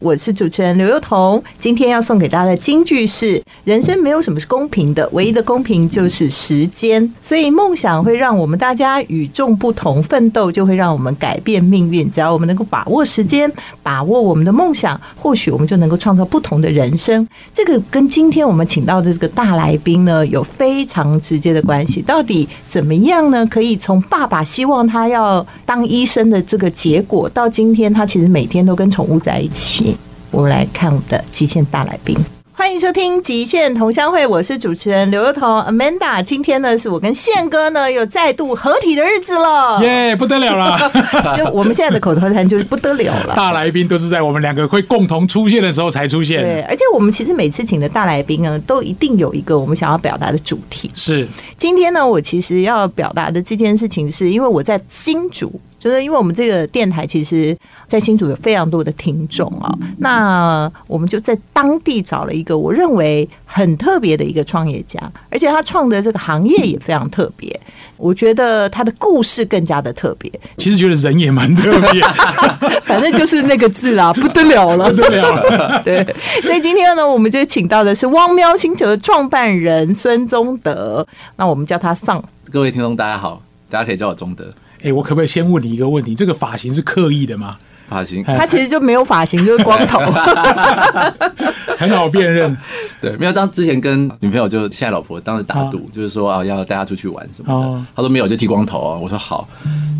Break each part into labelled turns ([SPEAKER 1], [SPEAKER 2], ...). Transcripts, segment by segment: [SPEAKER 1] 我是主持人刘幼彤，今天要送给大家的金句是：人生没有什么是公平的，唯一的公平就是时间。所以梦想会让我们大家与众不同，奋斗就会让我们改变命运。只要我们能够把握时间，把握我们的梦想，或许我们就能够创造不同的人生。这个跟今天我们请到的这个大来宾呢，有非常直接的关系。到底怎么样呢？可以从爸爸希望他要当医生的这个结果，到今天他其实每天都跟宠物在一起。我们来看我们的极限大来宾。欢迎收听《极限同乡会》，我是主持人刘幼彤 Amanda。今天呢，是我跟宪哥呢又再度合体的日子了。
[SPEAKER 2] 耶不得了啦！
[SPEAKER 1] 就我们现在的口头禅就是不得了了。
[SPEAKER 2] 大来宾都是在我们两个会共同出现的时候才出
[SPEAKER 1] 对，
[SPEAKER 2] 现。
[SPEAKER 1] 而且我们其实每次请的大来宾呢，都一定有一个我们想要表达的主题。
[SPEAKER 2] 是
[SPEAKER 1] 今天呢，我其实要表达的这件事情是，因为我在新竹，就是因为我们这个电台其实，在新竹有非常多的听众啊、那我们就在当地找了一个我认为很特别的一个创业家，而且他创的这个行业也非常特别。我觉得他的故事更加的特别，
[SPEAKER 2] 其实觉得人也蛮特 别，
[SPEAKER 1] 反正就是那个字啦，不得了 了
[SPEAKER 2] 不。得了了。
[SPEAKER 1] 对，所以今天呢，我们就请到的是汪喵星球的创办人孙宗德，那我们叫他 丧
[SPEAKER 3] 各位听众，大家好，大家可以叫我钟德。
[SPEAKER 2] 哎、我可不可以先问你一个问题？这个发型是刻意的吗？
[SPEAKER 3] 发型
[SPEAKER 2] 哎
[SPEAKER 1] 他其实就没有发型，就是光 头。
[SPEAKER 2] 很好辨认。
[SPEAKER 3] 对，没有当之前跟女朋友就现在老婆当时打赌，就是说啊要带她出去玩什么的，
[SPEAKER 2] 哦
[SPEAKER 3] 她说没有就剃光头哦，我说好，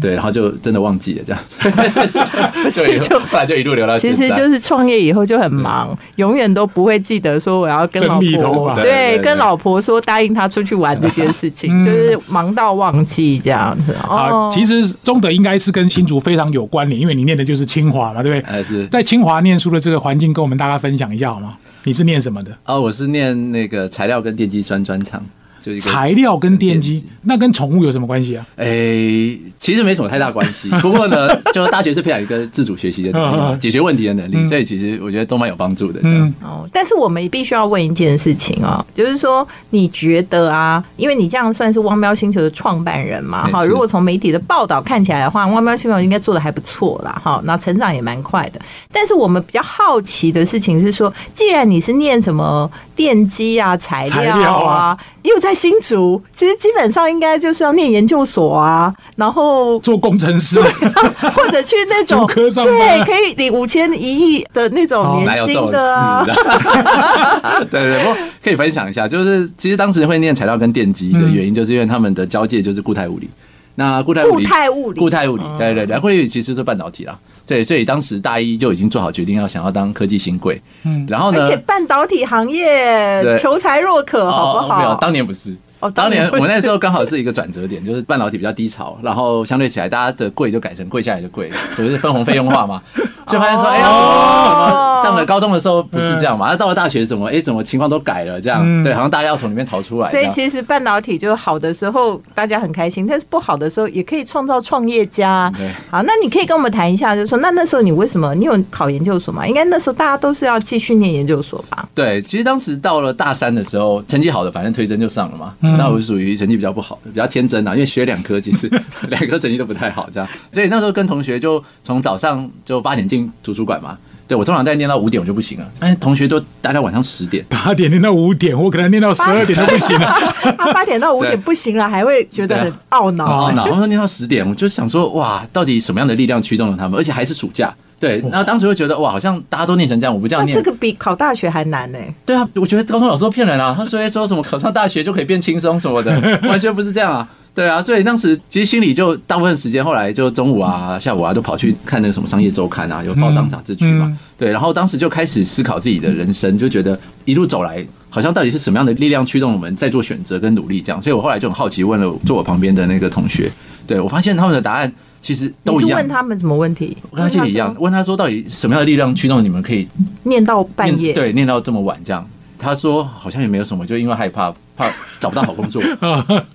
[SPEAKER 3] 对，然后就真的忘记了这样，
[SPEAKER 1] 所以
[SPEAKER 3] 对，
[SPEAKER 1] 就
[SPEAKER 3] 后来就一路聊到
[SPEAKER 1] 其
[SPEAKER 3] 现
[SPEAKER 1] 实
[SPEAKER 3] 在，
[SPEAKER 1] 就是创业以后就很忙，永远都不会记得说我要跟
[SPEAKER 2] 整
[SPEAKER 1] 老
[SPEAKER 2] 理头发
[SPEAKER 1] 婆
[SPEAKER 3] 对对
[SPEAKER 1] 对嗯
[SPEAKER 3] 对
[SPEAKER 1] 跟老婆说答应她出去玩这件事情，就是忙到忘记这样子。
[SPEAKER 2] 啊，
[SPEAKER 1] 哦，
[SPEAKER 2] 其实中德应该是跟新竹非常有关联，因为你念的就是清华嘛，对不对？
[SPEAKER 3] 哎是
[SPEAKER 2] 在清华念书的这个环境，跟我们大家分享一下好吗？你是念什么的？
[SPEAKER 3] 哦，我是念那个材料跟电机专专场，就一个
[SPEAKER 2] 材料跟电
[SPEAKER 3] 跟
[SPEAKER 2] 机
[SPEAKER 3] 电机，
[SPEAKER 2] 那跟宠物有什么关系啊？
[SPEAKER 3] 诶、其实没什么太大关系。不过呢，就大学是培养一个自主学习的能力
[SPEAKER 2] 嗯
[SPEAKER 3] 嘛，
[SPEAKER 2] 嗯
[SPEAKER 3] 解决问题的能力，所以其实我觉得都蛮有帮助的。嗯
[SPEAKER 2] 嗯，，
[SPEAKER 1] 哦，但是我们必须要问一件事情哦，就是说你觉得啊，因为你这样算是汪喵星球的创办人嘛，
[SPEAKER 3] 哎
[SPEAKER 1] 哈，
[SPEAKER 3] 是
[SPEAKER 1] 如果从媒体的报道看起来的话，汪喵星球应该做的还不错啦，哈，那成长也蛮快的。但是我们比较好奇的事情是说，既然你是念什么电机啊、材料啊，
[SPEAKER 2] 材料啊
[SPEAKER 1] 又在新竹，其实基本上应该就是要念研究所啊，然后
[SPEAKER 2] 做工程 师，
[SPEAKER 1] 或者去那种
[SPEAKER 2] 主科上班
[SPEAKER 1] 对
[SPEAKER 2] 啊
[SPEAKER 1] 可以领五千一亿的那种
[SPEAKER 3] 哪有
[SPEAKER 1] 年
[SPEAKER 3] 这
[SPEAKER 1] 薪
[SPEAKER 3] 种事啊
[SPEAKER 1] 的啊。
[SPEAKER 3] 对对，不过可以分享一下，就是其实当时会念材料跟电机的原因，就是因为他们的交界就是固态物理。那固态物理，
[SPEAKER 1] 固态物理哦
[SPEAKER 3] 固态物理，对对对，固态物理其实就是半导体啦。对，所以当时大一就已经做好决定要想要当科技新贵。
[SPEAKER 2] 嗯
[SPEAKER 3] 嗯，然后呢
[SPEAKER 1] 而？且半导体行业
[SPEAKER 3] 对
[SPEAKER 1] 求才若渴，好不
[SPEAKER 3] 哦哦没
[SPEAKER 1] 好？
[SPEAKER 3] 有，当年不是。
[SPEAKER 1] 哦当
[SPEAKER 3] 当
[SPEAKER 1] 年
[SPEAKER 3] 年
[SPEAKER 1] 不是
[SPEAKER 3] 我那时候刚好是一个转折点，就是半导体比较低潮，然后相对起来大家的贵就改成贵下来的贵， 所以是分红费用化嘛，就发现说，哎呀，
[SPEAKER 1] 哦
[SPEAKER 3] 上了高中的时候不是这样嘛，那到了大学怎么，哎，怎么情况都改了这样
[SPEAKER 2] 嗯，
[SPEAKER 3] 对，好像大家要从里面逃出来这
[SPEAKER 1] 所以
[SPEAKER 3] 样。
[SPEAKER 1] 其实半导体就好的时候大家很开心，但是不好的时候也可以创造创业家
[SPEAKER 3] 对。
[SPEAKER 1] 好，那你可以跟我们谈一下，就是说那那时候你为什么你有考研究所吗？应该那时候大家都是要继续念研究所 吧？
[SPEAKER 3] 对，其实当时到了大三的时候，成绩好的反正推甄就上了嘛。
[SPEAKER 1] 嗯
[SPEAKER 3] 那我是属于成绩比较不好的，比较天真啊，因为学两科其实 两科成绩都不太好，这样。所以那时候跟同学就从早上就八点进图书馆嘛。对我通常在念到五点我就不行了，但是同学都待到晚上十点。
[SPEAKER 2] 八点念到五点，我可能念到十二点都不行啊 了。
[SPEAKER 1] 他啊八点到五点
[SPEAKER 3] 对
[SPEAKER 1] 不行了，还会觉得很懊
[SPEAKER 3] 然
[SPEAKER 1] 恼
[SPEAKER 3] 后。然后念到十点，我就想说，哇，到底什么样的力量驱动了他们？而且还是暑假。对，然后当时会觉得，哇，好像大家都念成这样，我不这样
[SPEAKER 1] 那
[SPEAKER 3] 念，
[SPEAKER 1] 这个比考大学还难呢、
[SPEAKER 3] 对啊，我觉得高中老师都骗人啊，他所以说什么考上大学就可以变轻松什 么的，完全不是这样啊。对啊，所以当时其实心里就大部分时间，后来就中午
[SPEAKER 2] 嗯
[SPEAKER 3] 啊、下午啊，都跑去看那个什么商业周刊啊，有报章杂志去嘛。
[SPEAKER 2] 嗯嗯
[SPEAKER 3] 对，然后当时就开始思考自己的人生，就觉得一路走来，好像到底是什么样的力量驱动我们在做选择跟努力这样。所以我后来就很好奇，问了坐我旁边的那个同学，对我发现他们的答案其实
[SPEAKER 1] 你
[SPEAKER 3] 都一
[SPEAKER 1] 是
[SPEAKER 3] 样
[SPEAKER 1] 问。他们什么问题？
[SPEAKER 3] 我跟他心里一样，问他说到底什么样的力量驱动你们可以
[SPEAKER 1] 念到半夜，
[SPEAKER 3] 念
[SPEAKER 1] 哦
[SPEAKER 3] 对，
[SPEAKER 2] 哦
[SPEAKER 3] 念到这么晚这样。他说好像也没有什么，就因为害怕，怕找不到好工作。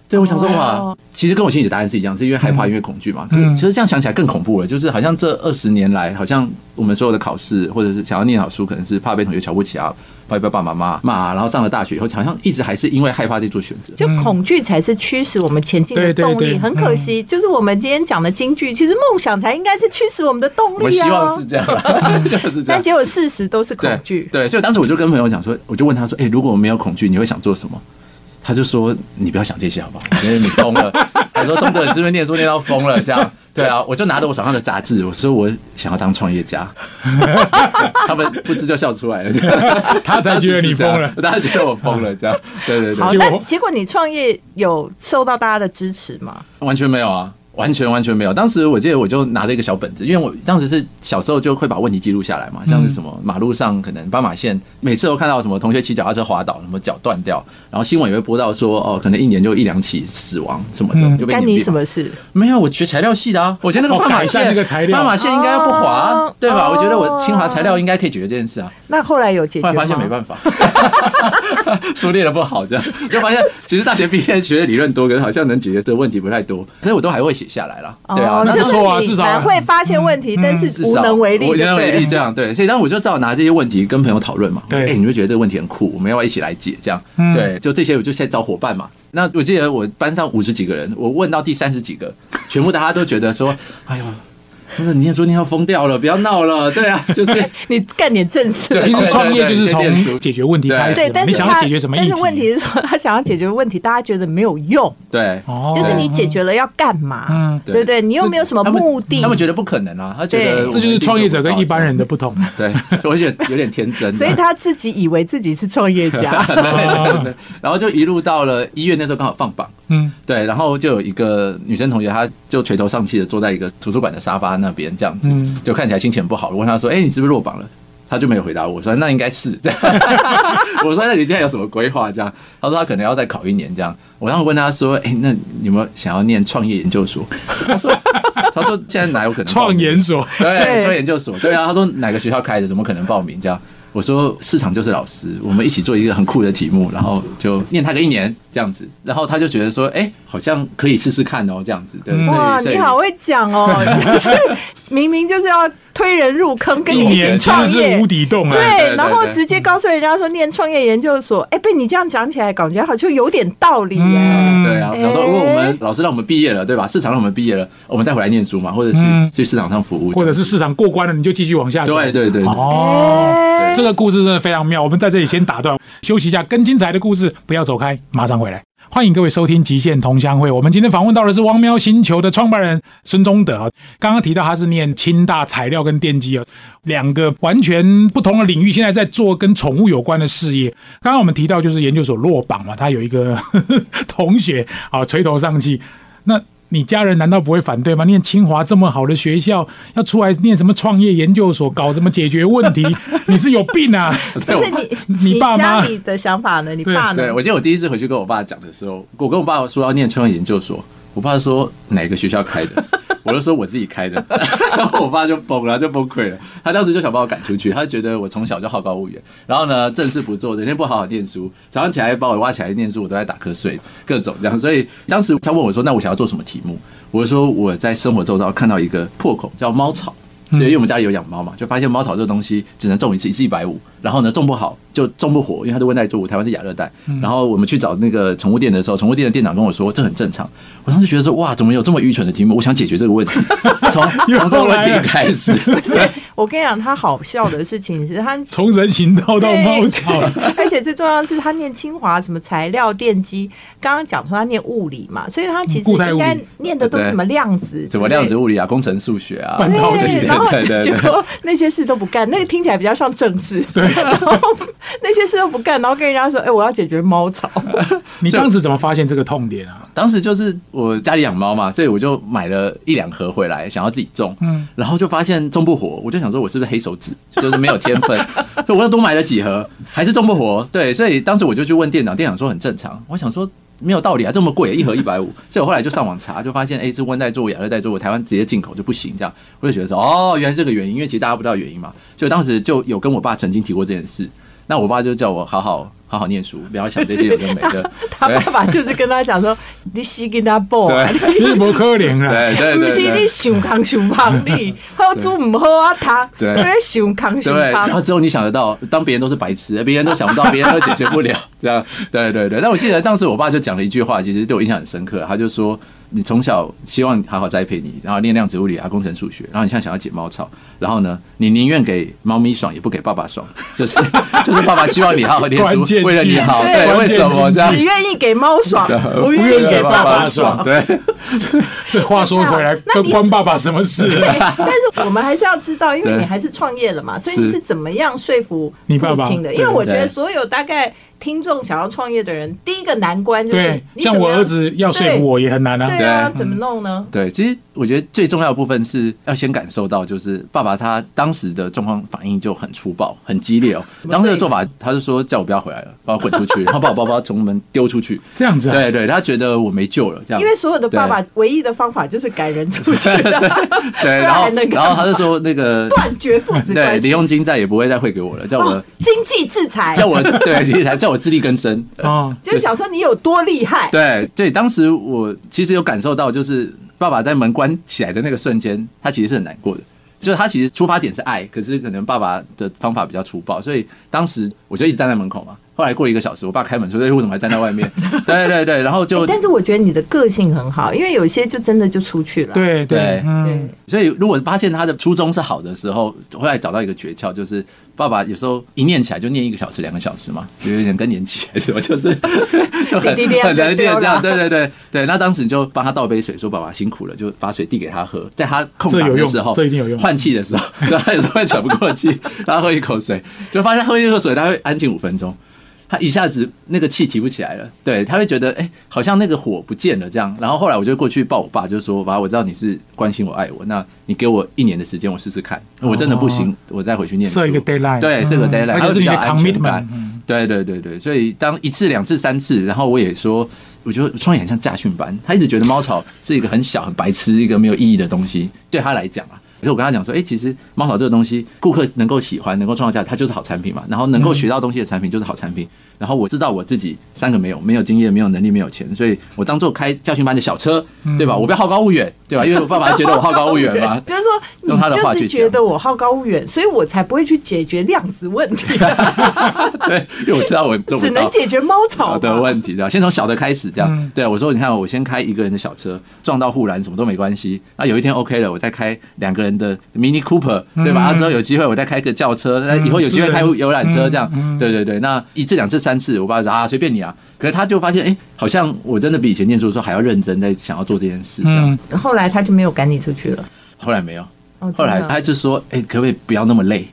[SPEAKER 3] 对，我想说哇，其实跟我心里的答案是一样，是因为害怕，因为恐惧嘛。可
[SPEAKER 2] 嗯
[SPEAKER 3] 是其实这样想起来更恐怖了，就是好像这二十年来，好像我们所有的考试，或者是想要念好书，可能是怕被同学瞧不起啊，怕被爸爸妈妈骂啊，然后上了大学以后，好像一直还是因为害怕在做选择。
[SPEAKER 1] 就恐惧才是驱使我们前进
[SPEAKER 2] 嗯对
[SPEAKER 1] 的
[SPEAKER 2] 对
[SPEAKER 1] 动力。
[SPEAKER 2] 对嗯
[SPEAKER 1] 很可惜，就是我们今天讲的京剧，其实梦想才应该是驱使我们的动
[SPEAKER 3] 我
[SPEAKER 1] 力
[SPEAKER 3] 希
[SPEAKER 1] 啊。
[SPEAKER 3] 望是这样啦， 就是这样
[SPEAKER 1] 但。结果事实都是恐
[SPEAKER 3] 对
[SPEAKER 1] 惧。
[SPEAKER 3] 对，所以当时我就跟朋友讲说，我就问他说：“哎、如果我没有恐惧，你会想做什么？”他就说：“你不要想这些好 不好？因为你疯了。”他说：“中德你是不是念书念到疯了？” 这样，对啊，我就拿着我手上的杂志，我说：“我想要当创 业家。”他们不知就笑出来了，这样
[SPEAKER 2] 他才觉得你疯 了，
[SPEAKER 3] 大家觉得我疯了，这样，对对对
[SPEAKER 1] 好，
[SPEAKER 2] 结果
[SPEAKER 1] 那结果你创业有受到大家的支持吗？
[SPEAKER 3] 完全没有啊，完全完全没有。当时我记得我就拿了一个小本子，因为我当时是小时候就会把问题记录下
[SPEAKER 2] 嗯
[SPEAKER 3] 来嘛，像是什么马路上可能斑马线，每次都看到什么同学骑脚踏车滑倒，什么脚断掉，然后新闻也会播到说哦，可能一年就一两起死亡什么
[SPEAKER 2] 嗯
[SPEAKER 3] 的，就被
[SPEAKER 1] 干
[SPEAKER 3] 碾
[SPEAKER 1] 你
[SPEAKER 3] 毙
[SPEAKER 1] 什
[SPEAKER 3] 嘛
[SPEAKER 1] 么事？
[SPEAKER 3] 没有，我学材料系的啊，我觉得那个
[SPEAKER 2] 哦
[SPEAKER 3] 斑马
[SPEAKER 2] 改善
[SPEAKER 3] 线
[SPEAKER 2] 那个材料
[SPEAKER 3] 斑马线应该要不滑
[SPEAKER 1] 哦，
[SPEAKER 3] 对吧？
[SPEAKER 1] 哦
[SPEAKER 3] 我觉得我清华材料应该可以解决这件事啊。
[SPEAKER 1] 那后来有解决
[SPEAKER 3] 后
[SPEAKER 1] 吗？
[SPEAKER 3] 来发现没办法， 书念的不好，这样就发现其实大学毕业学的理论多，可是好像能解决的问题不太多。可是我都还会写下来啦，对啊，
[SPEAKER 1] 哦
[SPEAKER 3] 那
[SPEAKER 2] 就
[SPEAKER 3] 时
[SPEAKER 2] 不
[SPEAKER 3] 候
[SPEAKER 2] 错啊嗯
[SPEAKER 1] 就是你
[SPEAKER 2] 至少
[SPEAKER 1] 反而会发现问题，但
[SPEAKER 3] 至
[SPEAKER 1] 是无
[SPEAKER 3] 少
[SPEAKER 1] 能为力就
[SPEAKER 3] 我无
[SPEAKER 1] 对了。
[SPEAKER 3] 能为力这样对。所以当我就照拿这些问题跟朋友讨论嘛，我说
[SPEAKER 2] 对
[SPEAKER 3] 哎，你会觉得这个问题很酷，我们要不要一起来解这样
[SPEAKER 2] 嗯，
[SPEAKER 3] 对，就这些我就先找伙伴嘛。那我记得我班上五十几个人，我问到第三十几个，全部大家都觉得说， 哎呦。真的，你念书念到疯掉了，不要闹了，对啊，就是
[SPEAKER 1] 你干点正事吧。
[SPEAKER 2] 其实创业就是
[SPEAKER 3] 对对对先练
[SPEAKER 2] 从
[SPEAKER 3] 书
[SPEAKER 2] 解决问题开始
[SPEAKER 1] 对，
[SPEAKER 2] 嘛，
[SPEAKER 1] 但
[SPEAKER 2] 你
[SPEAKER 1] 是
[SPEAKER 2] 想要
[SPEAKER 1] 他
[SPEAKER 2] 解决什么议
[SPEAKER 1] 但
[SPEAKER 2] 题？啊
[SPEAKER 1] 是问题是说，他想要解决问题，大家觉得没有用，
[SPEAKER 3] 对，
[SPEAKER 2] 哦
[SPEAKER 1] 就是你解决了要干嘛？
[SPEAKER 2] 嗯
[SPEAKER 1] 对不对？你又没有什么
[SPEAKER 3] 他们
[SPEAKER 1] 目的
[SPEAKER 3] 他，们觉得不可能啊，他觉
[SPEAKER 1] 对
[SPEAKER 3] 得我
[SPEAKER 2] 这
[SPEAKER 3] 们
[SPEAKER 2] 就是
[SPEAKER 3] 一定
[SPEAKER 2] 创业
[SPEAKER 3] 做
[SPEAKER 2] 者
[SPEAKER 3] 不到
[SPEAKER 2] 跟一般人
[SPEAKER 3] 这
[SPEAKER 2] 的不同。
[SPEAKER 3] 样对， 所以我觉得有点天 真啊，
[SPEAKER 1] 所以他自己以为自己是创业 家。
[SPEAKER 2] 哦
[SPEAKER 3] 然后就一路到了医院，那时候刚好放榜，
[SPEAKER 2] 嗯，
[SPEAKER 3] 对，然后就有一个女生同学，她就垂头丧气的坐在一个图书馆的沙发那边，这样子
[SPEAKER 2] 嗯，
[SPEAKER 3] 就看起来心情不好。我问她说：“哎、你是不是落榜了？”她就没有回答我，我说：“那应该是。” 这样，我说：“那你现在有什么规划？”这样，她说：“她可能要再考一年。”这样，我然后问她说：“哎、那你有没有想要念创业研究所？”她说：“她说现在哪有可能报
[SPEAKER 2] 创
[SPEAKER 3] 名
[SPEAKER 2] 研 所，
[SPEAKER 3] 对，
[SPEAKER 1] 对
[SPEAKER 3] 说研究所，对啊，他说哪个学校开的，怎么可能报名这样？我说市场就是老师，我们一起做一个很酷的题目，然后就念他个一年这样子，然后他就觉得说，哎、好像可以试试看哦，这样子，对，所
[SPEAKER 1] 嗯哇，
[SPEAKER 3] 以所以
[SPEAKER 1] 你好会讲哦！ 就是明明就是要推人入坑，跟
[SPEAKER 2] 一
[SPEAKER 1] 你
[SPEAKER 2] 年
[SPEAKER 1] 起
[SPEAKER 2] 其
[SPEAKER 1] 创
[SPEAKER 2] 实是
[SPEAKER 1] 业
[SPEAKER 2] 无。底洞啊。
[SPEAKER 3] 对对
[SPEAKER 1] 对，然后
[SPEAKER 3] 对
[SPEAKER 1] 直接告诉人家说念创业研究所，哎，被你这样讲起来，感觉好像有点道理耶。
[SPEAKER 2] 嗯
[SPEAKER 3] 对啊，
[SPEAKER 1] 哎
[SPEAKER 3] 然后说如果我们老师让我们毕业了，对吧？市场让我们毕业了，我们再回来念书嘛，或者是
[SPEAKER 2] 嗯
[SPEAKER 3] 去市场上服务，
[SPEAKER 2] 或者是市场过关了，你就继续往下走。
[SPEAKER 3] 对对对对
[SPEAKER 2] 哦，
[SPEAKER 1] 哎
[SPEAKER 2] 这个故事真的非常妙。我们在这里先打断，休息一下，跟精彩的故事不要走开，马上回来。欢迎各位收听《极限同乡会》。我们今天访问到的是汪喵星球的创办人孙忠德啊。刚刚提到他是念清大材料跟电机啊，两个完全不同的领域，现在在做跟宠物有关的事业。刚刚我们提到就是研究所落榜嘛，他有一个同学啊垂头丧气。那你家人难道不会反对吗？念清华这么好的学校，要出来念什么创业研究所，搞什么解决问 题？你是有病啊！
[SPEAKER 1] 不是你，
[SPEAKER 2] 你爸妈
[SPEAKER 1] 家里的想法呢？你爸呢
[SPEAKER 3] 对，？我记得我第一次回去跟我爸讲的时候，我跟我爸说要念创业研究所，我爸说哪个学校开的，我就说我自己开的， 然后我爸就崩了，就崩溃了。他当时就想把我赶出去，他觉得我从小就好高骛远，然后呢正事不做，整天不好好念书，早上起来把我挖起来念书，我都在打瞌睡，各种这样。所以当时他问我说，那我想要做什么题目？我就说我在生活周遭看到一个破口叫猫草。
[SPEAKER 2] 嗯
[SPEAKER 3] 对，因为我们家里有养猫嘛，就发现猫草这个东西只能种一次，一次一百五，然后呢种不好就种不活，因为它的温带作物，台湾是亚热带。
[SPEAKER 2] 嗯
[SPEAKER 3] 然后我们去找那个宠物店的时候，宠物店的店长跟我说这很正常。我当时觉得说哇，怎么有这么愚蠢的题目？我想解决这 个问题，从从这个问题开始。
[SPEAKER 1] 我跟你讲，他好笑的事情是他
[SPEAKER 2] 从人行道到猫草，
[SPEAKER 1] 而且最重要的是，他念清华什么材料、电机，刚刚讲说他念物理嘛，所以他
[SPEAKER 2] 嗯
[SPEAKER 1] 其实
[SPEAKER 2] 固态物
[SPEAKER 1] 应
[SPEAKER 2] 理
[SPEAKER 1] 该念的都是什么量子，
[SPEAKER 3] 什么量子？物理啊，工程数学啊，
[SPEAKER 2] 半导体
[SPEAKER 3] 对
[SPEAKER 1] 对，然后
[SPEAKER 3] 对对
[SPEAKER 1] 结
[SPEAKER 3] 对。
[SPEAKER 1] 果那些事都不干，那个听起来比较像政治。对，然后那些事都不干，然后跟人家说：“哎、我要解决猫 草。
[SPEAKER 2] 你当时怎么发现这个痛点啊？
[SPEAKER 3] 当时就是我家里养猫嘛，所以我就买了一两盒回来，想要自己种，
[SPEAKER 2] 嗯
[SPEAKER 3] 然后就发现种不活，我就想说我是不是黑手指， 就是没有天分， 所以我又多买了几盒，还是种不活，对，所以当时我就去问店长，店长说很正常，我想说。没有道理啊，这么贵，一盒一百五， 所以我后来就上网查，就发现，哎、这温带作物、亚热带作物，台湾直接进口就不行，这样，我就觉得说，哦，原来是这个原因，因为其实大家不知道原因嘛，所以当时就有跟我爸曾经提过这件事，那我爸就叫我好好好好念书，不要想这些有的没的。
[SPEAKER 1] 他爸爸就是跟他讲说：“你是跟他报，
[SPEAKER 3] 对
[SPEAKER 2] 你不可啊能啦。
[SPEAKER 3] 对对
[SPEAKER 1] 不
[SPEAKER 3] 对
[SPEAKER 1] 是
[SPEAKER 3] 对
[SPEAKER 1] 你想康想胖你，好煮唔好啊他，
[SPEAKER 3] 对
[SPEAKER 1] 你想康想
[SPEAKER 3] 对，然后
[SPEAKER 1] 胖。
[SPEAKER 3] 之后你想得到，当别人都是白痴，别人都想不到，别人都解决不了， 这样，对对对。但我记得当时我爸就讲了一句话，其实对我印象很深刻，他就说。你从小希望好好栽培你，然后练量子物理啊、工程数学，然后你现在想要解猫草，然后呢，你宁愿给猫咪爽，也不给爸爸爽， 就是就是爸爸希望你好好念
[SPEAKER 2] 关键
[SPEAKER 3] 书，
[SPEAKER 2] 句
[SPEAKER 3] 为了你好，
[SPEAKER 2] 对
[SPEAKER 3] 对，
[SPEAKER 2] 关
[SPEAKER 3] 为
[SPEAKER 2] 键
[SPEAKER 3] 什么
[SPEAKER 2] 句
[SPEAKER 3] 这样
[SPEAKER 1] 只？ 愿意给猫爽，不
[SPEAKER 2] 不愿
[SPEAKER 1] 愿
[SPEAKER 2] 意
[SPEAKER 1] 意
[SPEAKER 2] 给
[SPEAKER 1] 给
[SPEAKER 2] 爸
[SPEAKER 1] 爸
[SPEAKER 2] 爸
[SPEAKER 1] 爸
[SPEAKER 2] 爽
[SPEAKER 1] 爽。
[SPEAKER 3] 对，
[SPEAKER 2] 这话说回来，
[SPEAKER 1] 那
[SPEAKER 2] 关
[SPEAKER 1] 你
[SPEAKER 2] 关爸爸什么事啊？
[SPEAKER 1] 对，但是我们还是要知道，因为
[SPEAKER 3] 对
[SPEAKER 1] 你还是创业了嘛，所以你
[SPEAKER 3] 是
[SPEAKER 1] 是怎么样说服
[SPEAKER 2] 你爸爸
[SPEAKER 1] 父亲的？
[SPEAKER 2] 对
[SPEAKER 1] 因为我觉得
[SPEAKER 3] 对
[SPEAKER 1] 所有大概听众想要创业的人，第一个难关就是
[SPEAKER 2] 对，
[SPEAKER 1] 你怎
[SPEAKER 2] 像
[SPEAKER 1] 么
[SPEAKER 2] 我
[SPEAKER 1] 样
[SPEAKER 2] 儿，子要说服我也很难啊。
[SPEAKER 1] 对啊，
[SPEAKER 3] 对
[SPEAKER 1] 怎么弄呢？
[SPEAKER 3] 对，其实我觉得最重要的部分是要先感受到，就是爸爸他当时的状况反应就很粗暴、很激烈哦。当时的做法，他就说叫我不要回来了，把我滚出去，然后把我包包从门丢出去。
[SPEAKER 2] 这样子啊
[SPEAKER 3] 对对，他觉得我没救了，
[SPEAKER 2] 嗯
[SPEAKER 3] 这样。
[SPEAKER 1] 因为所有的爸爸
[SPEAKER 3] 对。
[SPEAKER 1] 唯一的方法就是赶人出去，
[SPEAKER 3] 对，然
[SPEAKER 1] 还
[SPEAKER 3] 后
[SPEAKER 1] 能干嘛
[SPEAKER 3] 然后他就说那个
[SPEAKER 1] 断绝父 子
[SPEAKER 3] 对
[SPEAKER 1] 关
[SPEAKER 3] 零
[SPEAKER 1] 系，
[SPEAKER 3] 用金再也不会再汇给我了，叫 我
[SPEAKER 1] 哦经济制裁，
[SPEAKER 3] 叫我对，其实才叫我自力更生。
[SPEAKER 2] 啊，
[SPEAKER 1] 就是想说你有多厉害，
[SPEAKER 3] 对对，当时我其实有感受到，就是爸爸在门关起来的那个瞬间，他其实是很难过的。就是他其实出发点是爱，可是可能爸爸的方法比较粗暴，所以当时我就一直站在门口嘛。后来过了一个小时，我爸开门说：“哎，为什么还站在外面？” 对对对，然后就
[SPEAKER 1] 欸但是我觉得你的个性很好，因为有些就真的就出去了。
[SPEAKER 2] 对对
[SPEAKER 3] 对，
[SPEAKER 2] 嗯
[SPEAKER 1] 对，，
[SPEAKER 3] 所以如果发现他的初衷是好的时候，后来找到一个诀窍，就是爸爸有时候一念起来就念一个小时、两个小时嘛，有点更年期还是什么，就是就很
[SPEAKER 1] 滴滴滴
[SPEAKER 3] 很难念
[SPEAKER 1] 就丢
[SPEAKER 3] 这
[SPEAKER 1] 了，
[SPEAKER 3] 样。对对对对，那当时就帮他倒杯水，说爸爸辛苦了，就把水递给他喝。在他空
[SPEAKER 2] 这有
[SPEAKER 3] 档的
[SPEAKER 2] 用
[SPEAKER 3] 时候，
[SPEAKER 2] 这一定有用
[SPEAKER 3] 换气的时候，然后他有时候会喘不过气，然后喝一口水，就发现喝一口水他会安静五分钟。他一下子那个气提不起来了，对他会觉得哎、好像那个火不见了这样。然后后来我就过去抱我爸，就说：“爸，我知道你是关心我、爱我，那你给我一年的时间，我试试看。我真的不行，我再回去念书。”
[SPEAKER 2] 哦设一个 deadline，
[SPEAKER 3] 对，设个
[SPEAKER 2] 嗯
[SPEAKER 3] deadline，
[SPEAKER 2] 而
[SPEAKER 3] 还
[SPEAKER 2] 且
[SPEAKER 3] 有
[SPEAKER 2] 是你
[SPEAKER 3] 比
[SPEAKER 2] 的
[SPEAKER 3] 较安全
[SPEAKER 2] commitment
[SPEAKER 3] 感。。
[SPEAKER 2] 嗯
[SPEAKER 3] 对对对对，所以当一次、两次、三次，然后我也说，我觉得创业很像驾训班。他一直觉得猫草是一个很小、很白痴、一个没有意义的东西，对他来讲啊。可是我跟他讲说，哎、其实猫草这个东西，顾客能够喜欢、能够创造价值，它就是好产品嘛。然后能够学到东西的产品就是好产品。然后我知道我自己三个没有，没有经验、没有能力、没有钱，所以我当做开教训班的小车，对吧？我不要好高骛远，对吧？因为我爸爸觉得我好高骛远嘛
[SPEAKER 1] 就是说，你
[SPEAKER 3] 用他的话
[SPEAKER 1] 就
[SPEAKER 3] 去
[SPEAKER 1] 是
[SPEAKER 3] 讲
[SPEAKER 1] 觉得我好高骛远，所以我才不会去解决量子问题，
[SPEAKER 3] 对，因为我知道我 做不
[SPEAKER 1] 只
[SPEAKER 3] 到
[SPEAKER 1] 能。解决猫草
[SPEAKER 3] 好
[SPEAKER 1] 嘛
[SPEAKER 3] 的问题，对吧？先从小的开始，这样。
[SPEAKER 2] 哦嗯
[SPEAKER 3] 对，我说，你看，我先开一个人的小车，撞到护栏什么都没关系。那有一天 OK 了，我再开两个人的 Mini Cooper，对吧？
[SPEAKER 2] 嗯
[SPEAKER 3] 那之后有机会，我再开个轿车，那以后有机会开游览车，这样
[SPEAKER 2] 嗯嗯。
[SPEAKER 3] 对对对，那一次、两次、三次，我爸说啊，随便你啊。可是他就发现，哎，好像我真的比以前念书的时候还要认真，在想要做这件事，这样。
[SPEAKER 2] 嗯，
[SPEAKER 1] 后来他就没有赶你出去了。
[SPEAKER 3] 后来没有，
[SPEAKER 1] 哦
[SPEAKER 3] 后来
[SPEAKER 1] 真的哦
[SPEAKER 3] 他就说，哎，可不可以不要那么累？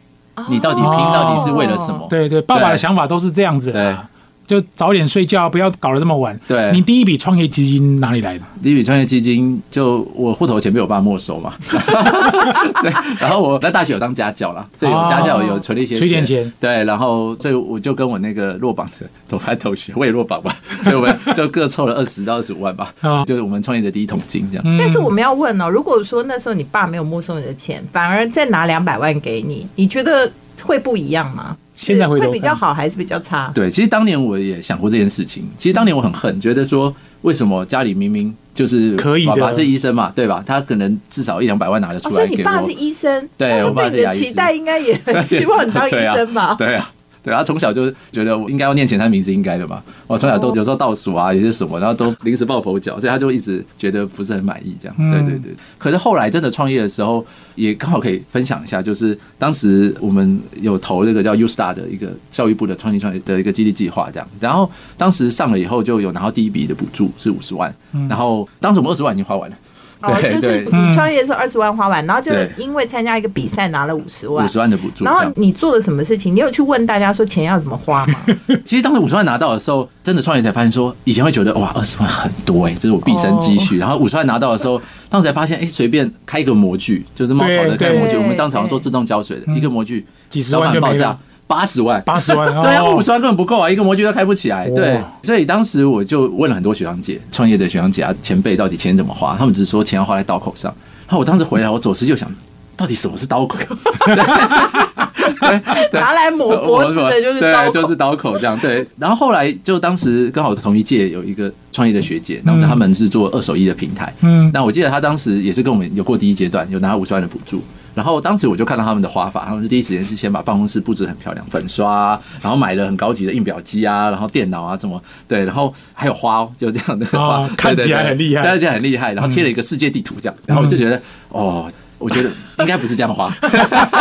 [SPEAKER 3] 你到底拼到底是为了什么？
[SPEAKER 2] 对对，爸爸的想法都是这样子的，就早点睡觉，不要搞得这么晚。
[SPEAKER 3] 对
[SPEAKER 2] 你第一笔创业基金哪里来的？
[SPEAKER 3] 第一笔创业基金，就我户头钱被我爸 没收嘛，对，然后我在大学有当家教啦，所以我家教有存了一些
[SPEAKER 2] 哦哦存一点钱
[SPEAKER 3] 对，然后所以我就跟我那个落榜的同班同学，我也落榜 吧，所以我们就各凑了二十到二十五万吧
[SPEAKER 2] 啊，
[SPEAKER 3] 就是我们创业的第一桶金这样。
[SPEAKER 2] 嗯
[SPEAKER 1] 但是我们要问哦，如果说那时候你爸没有没收你的钱，反而再拿两百万给你，你觉得会不一样吗？
[SPEAKER 2] 现在回头
[SPEAKER 1] 会比较好还是比较差？
[SPEAKER 3] 对，其实当年我也想过这件事情。其实当年我很恨，觉得说为什么家里明明就是
[SPEAKER 2] 可以的
[SPEAKER 3] 爸爸是医生嘛，对吧？他可能至少一两百万拿得
[SPEAKER 1] 哦，
[SPEAKER 3] 出
[SPEAKER 1] 所
[SPEAKER 3] 来
[SPEAKER 1] 以
[SPEAKER 3] 给我。
[SPEAKER 1] 你爸是医生，
[SPEAKER 3] 对
[SPEAKER 1] 那
[SPEAKER 3] 我爸
[SPEAKER 1] 他
[SPEAKER 3] 是
[SPEAKER 1] 对你的
[SPEAKER 3] 牙医
[SPEAKER 1] 期
[SPEAKER 3] 师
[SPEAKER 1] 待应该也 很希望你当医生吧？
[SPEAKER 3] 对啊，对啊，他从小就觉得我应该要念前三名是应该的嘛。我从小
[SPEAKER 1] 哦
[SPEAKER 3] 都有时候倒数啊，有些什么，然后都临时抱佛脚，所以他就一直觉得不是很满意这
[SPEAKER 1] 嗯
[SPEAKER 3] 样。对对对。可是后来真的创业的时候，也刚好可以分享一下，就是当时我们有投这个叫 U Star 的一个教育部的创新创业的一个激励计划这样。然后当时上了以后，就有拿到第一笔的补助是五十万，然后当时我们二十万已经花完了。
[SPEAKER 1] 嗯哦，
[SPEAKER 3] 啊对
[SPEAKER 1] 就是
[SPEAKER 3] 对，
[SPEAKER 1] 你创业的时候二十万花完，然后就是
[SPEAKER 3] 对
[SPEAKER 1] 因为参加一个比赛拿了五十万
[SPEAKER 3] 五，十万的补助。这
[SPEAKER 1] 然
[SPEAKER 3] 样。
[SPEAKER 1] 后你做了什么事情？你有去问大家说钱要怎么花 吗？
[SPEAKER 3] 其实当时五十万拿到的时候，真的创业才发现说，以前会觉得哇二十万很多哎、这是我毕生积
[SPEAKER 2] 哦
[SPEAKER 3] 蓄。然后五十万拿到的时候，当时才发现哎，诶随、便开一个模具，就是猫草
[SPEAKER 2] 对嗯
[SPEAKER 3] 的开模具，
[SPEAKER 1] 对
[SPEAKER 3] 我们当场做自动胶水的一个模具，
[SPEAKER 2] 几十
[SPEAKER 3] 老
[SPEAKER 2] 万
[SPEAKER 3] 板
[SPEAKER 2] 就
[SPEAKER 3] 报
[SPEAKER 2] 没
[SPEAKER 3] 价
[SPEAKER 2] 了，
[SPEAKER 3] 八十万。
[SPEAKER 2] 八十 万，
[SPEAKER 3] 对啊，
[SPEAKER 2] 哦
[SPEAKER 3] 五十万根本不够啊，一个模具都开不起来。对
[SPEAKER 2] 哇，
[SPEAKER 3] 所以当时我就问了很多学长姐、创业的学长姐啊、前辈，到底钱怎么花？他们只是说钱要花在刀口上。然后我当时回来，我左思右想，到底什么是刀口？
[SPEAKER 1] 拿 来抹脖子的就是刀
[SPEAKER 3] 对，
[SPEAKER 1] 口，
[SPEAKER 3] 就是刀口这样。对，然后后来就当时刚好同一届有一个创业的学姐，那我们他们是做二手衣的平台，
[SPEAKER 2] 嗯
[SPEAKER 3] 那我记得他当时也是跟我们有过第一阶段，有拿五十万的补助。然后当时我就看到他们的花法，他们是第一时间是先把办公室布置得很漂亮，粉刷、啊，然后买了很高级的印表机啊，然后电脑啊什么，对，然后还有花、哦，就这样的花，
[SPEAKER 2] 哦看起来很厉害
[SPEAKER 3] 看起来很厉害，然后贴了一个世界地图这样，然后我就觉得，哦，我觉得应该不是这样花，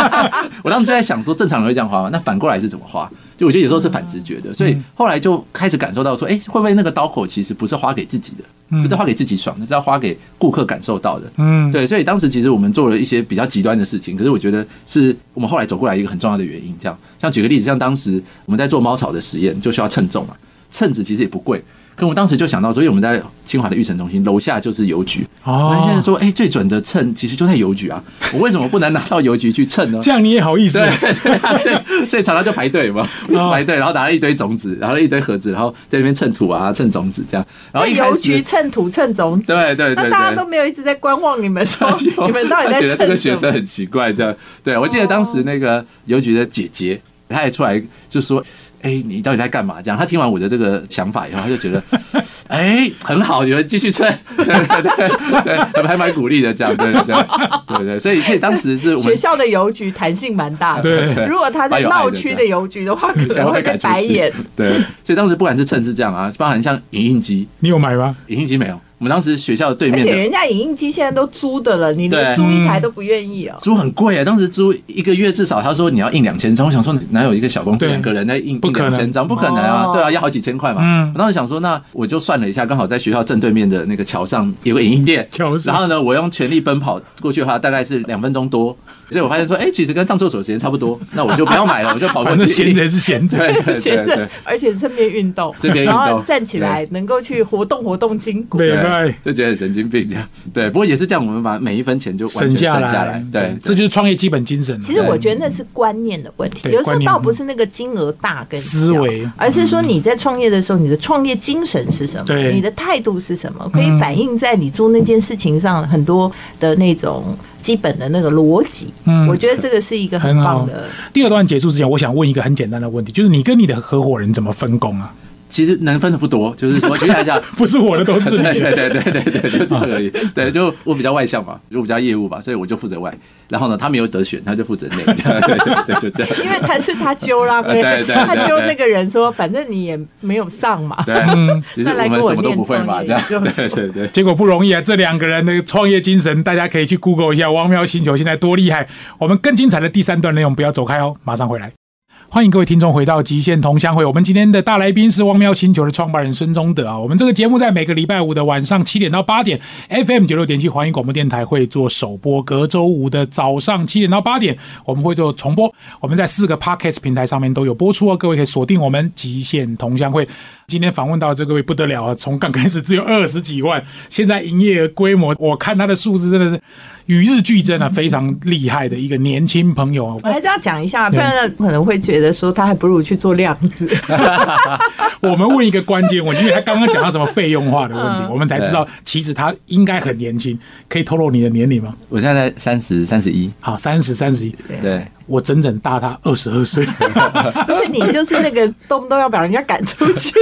[SPEAKER 3] 我当时就在想说，正常人会这样花吗？那反过来是怎么花？就我觉得有时候是反直觉的，所以后来就开始感受到说，哎、会不会那个刀口其实不是花给自己的，不是花给自己爽的，是要花给顾客感受到的。
[SPEAKER 2] 嗯，
[SPEAKER 3] 对，所以当时其实我们做了一些比较极端的事情，可是我觉得是我们后来走过来一个很重要的原因。这样，像举个例子，像当时我们在做猫草的实验，就需要称重嘛，秤子其实也不贵。可我当时就想到，所以我们在清华的育成中心楼下就是邮局。
[SPEAKER 2] 哦
[SPEAKER 3] 那现在说，哎、最准的秤其实就在邮局啊，我为什么不能拿到邮局去称呢？
[SPEAKER 2] 这样你也好意思
[SPEAKER 3] 对，对啊所以所以常常就排队嘛，
[SPEAKER 2] 哦
[SPEAKER 3] 排队，然后拿了一堆种子，然后一堆盒子，然后在那边称土啊，称种子这样，然后
[SPEAKER 1] 在
[SPEAKER 3] 一开
[SPEAKER 1] 邮局
[SPEAKER 3] 始。
[SPEAKER 1] 蹭土蹭种子。
[SPEAKER 3] 对对对
[SPEAKER 1] 那
[SPEAKER 3] 对，
[SPEAKER 1] 大家都没有一直在观望你们 说 你们到底在
[SPEAKER 3] 他觉得这个
[SPEAKER 1] 蹭
[SPEAKER 3] 学
[SPEAKER 1] 什
[SPEAKER 3] 生
[SPEAKER 1] 么？
[SPEAKER 3] 很奇怪，这样。对我记得当时那个邮局的姐姐，她也出来就说：“哎、你到底在干嘛？”这样，她听完我的这个想法以后，她就觉 得：“哎、很好，你们继续蹭。”对对对对，还蛮鼓励的，这样。对对对对对，所以所以当时是我们
[SPEAKER 1] 学校的邮局弹性蛮大的，
[SPEAKER 2] 对
[SPEAKER 1] 如果他在闹区的邮局的话，可能会被白眼。。
[SPEAKER 3] 对，所以当时不管是秤是这样啊，包含像影印机，
[SPEAKER 2] 你有买吗？
[SPEAKER 3] 影印机没有。我们当时学校对
[SPEAKER 1] 而
[SPEAKER 3] 面
[SPEAKER 1] 且
[SPEAKER 3] 的
[SPEAKER 1] 人家影印机现在都租的了，你连
[SPEAKER 3] 对
[SPEAKER 1] 租一台都不愿意哦。
[SPEAKER 3] 租很贵啊，当时租一个月至少他说你要印两千张，我想说哪有一个小公司
[SPEAKER 2] 对
[SPEAKER 3] 两个人在印
[SPEAKER 2] 不
[SPEAKER 3] 印
[SPEAKER 2] 可能
[SPEAKER 3] 两千张，不可能啊
[SPEAKER 1] 哦，
[SPEAKER 3] 对啊，要好几千块嘛。
[SPEAKER 2] 嗯
[SPEAKER 3] 我当时想说，那我就算了一下，刚好在学校正对面的那个桥上有个影印店，
[SPEAKER 2] 桥上
[SPEAKER 3] 然后呢，我用全力奔跑过去的话，大概是两分钟多，所以我发现说，哎、其实跟上厕所的时间差不多，那我就不要买 哦了，我就跑过
[SPEAKER 2] 反正
[SPEAKER 3] 去
[SPEAKER 2] 闲
[SPEAKER 3] 印。
[SPEAKER 2] 着是闲着，
[SPEAKER 3] 对对嗯 对
[SPEAKER 1] 闲
[SPEAKER 3] 对
[SPEAKER 1] 着，而且顺便运动，
[SPEAKER 3] 顺便运
[SPEAKER 1] 然
[SPEAKER 3] 动
[SPEAKER 1] 后站起来能够去活动活动筋骨。
[SPEAKER 2] 对
[SPEAKER 3] 对
[SPEAKER 2] 对，
[SPEAKER 3] 就觉得很神经病这样。对，不过也是这样，我们把每一分钱就完全
[SPEAKER 2] 省下
[SPEAKER 3] 省下
[SPEAKER 2] 来
[SPEAKER 3] 来。，对，
[SPEAKER 2] 这就是创业基本精神了。啊
[SPEAKER 1] 其实我觉得那是观念的问题，
[SPEAKER 2] 对
[SPEAKER 1] 有时候
[SPEAKER 2] 观念
[SPEAKER 1] 倒不是那个金额大跟小
[SPEAKER 2] 思维嗯
[SPEAKER 1] 而是说你在创业的时候，你的创业精神是什么？
[SPEAKER 2] 对嗯
[SPEAKER 1] 你的态度是什么？可以反映在你做那件事情上很多的那种基本的那个逻辑。
[SPEAKER 2] 嗯
[SPEAKER 1] 我觉得这个是一个很
[SPEAKER 2] 很好
[SPEAKER 1] 棒的。
[SPEAKER 2] 第二段结束之前，我想问一个很简单的问题，就是你跟你的合伙人怎么分工啊？
[SPEAKER 3] 其实能分的不多，就是说，举例来讲，
[SPEAKER 2] 不是我的 都是你
[SPEAKER 3] 对
[SPEAKER 2] 的，
[SPEAKER 3] 对对对对对，就这
[SPEAKER 2] 啊
[SPEAKER 3] 个而已。对，就我比较外向嘛，就我比较业务吧，所以我就负责外。然后呢，他没有得选，他就负责内。 对对对，就这样。
[SPEAKER 1] 因为他是他揪 啦，
[SPEAKER 3] 对对对
[SPEAKER 1] 他揪那个人说，反正你也没有上嘛，
[SPEAKER 2] 嗯
[SPEAKER 3] 对，其实
[SPEAKER 1] 再来
[SPEAKER 3] 我
[SPEAKER 1] 跟
[SPEAKER 3] 们
[SPEAKER 1] 我
[SPEAKER 3] 什么都
[SPEAKER 1] 念
[SPEAKER 3] 不会嘛，
[SPEAKER 1] 创
[SPEAKER 3] 这样。
[SPEAKER 1] 业，
[SPEAKER 3] 对对对。
[SPEAKER 2] 结果不容易啊！这两个人的创业精神，大家可以去 Google 一下“汪喵星球”现在多厉害。我们更精彩的第三段内容，不要走开哦，马上回来。欢迎各位听众回到《极限同乡会》，我们今天的大来宾是汪喵星球的创办人孙忠德啊。我们这个节目在每个礼拜五的晚上七点到八点，FM 九六点七环宇广播电台会做首播，隔周五的早上七点到八点我们会做重播。我们在四个 Podcast 平台上面都有播出哦，各位可以锁定我们《极限同乡会》。今天访问到这各位不得了啊，从刚开始只有 二十几万，现在营业额规模，我看他的数字真的是与日俱增啊，非常厉害的一个年轻朋友啊。
[SPEAKER 1] 我还是要讲一下，不然可能会觉得说他还不如去做量子。
[SPEAKER 2] 我们问一个关键问题，因为他刚刚讲到什么费用化的 问
[SPEAKER 1] 嗯
[SPEAKER 2] 题，我们才知道其实他应该很年轻。可以透露你的年龄吗？
[SPEAKER 3] 我现在三十三十一，
[SPEAKER 2] 好，三十三十一，
[SPEAKER 3] 对，
[SPEAKER 2] 我整整大他二十二岁。
[SPEAKER 1] 不是你就是那个动不动要把人家赶出 去，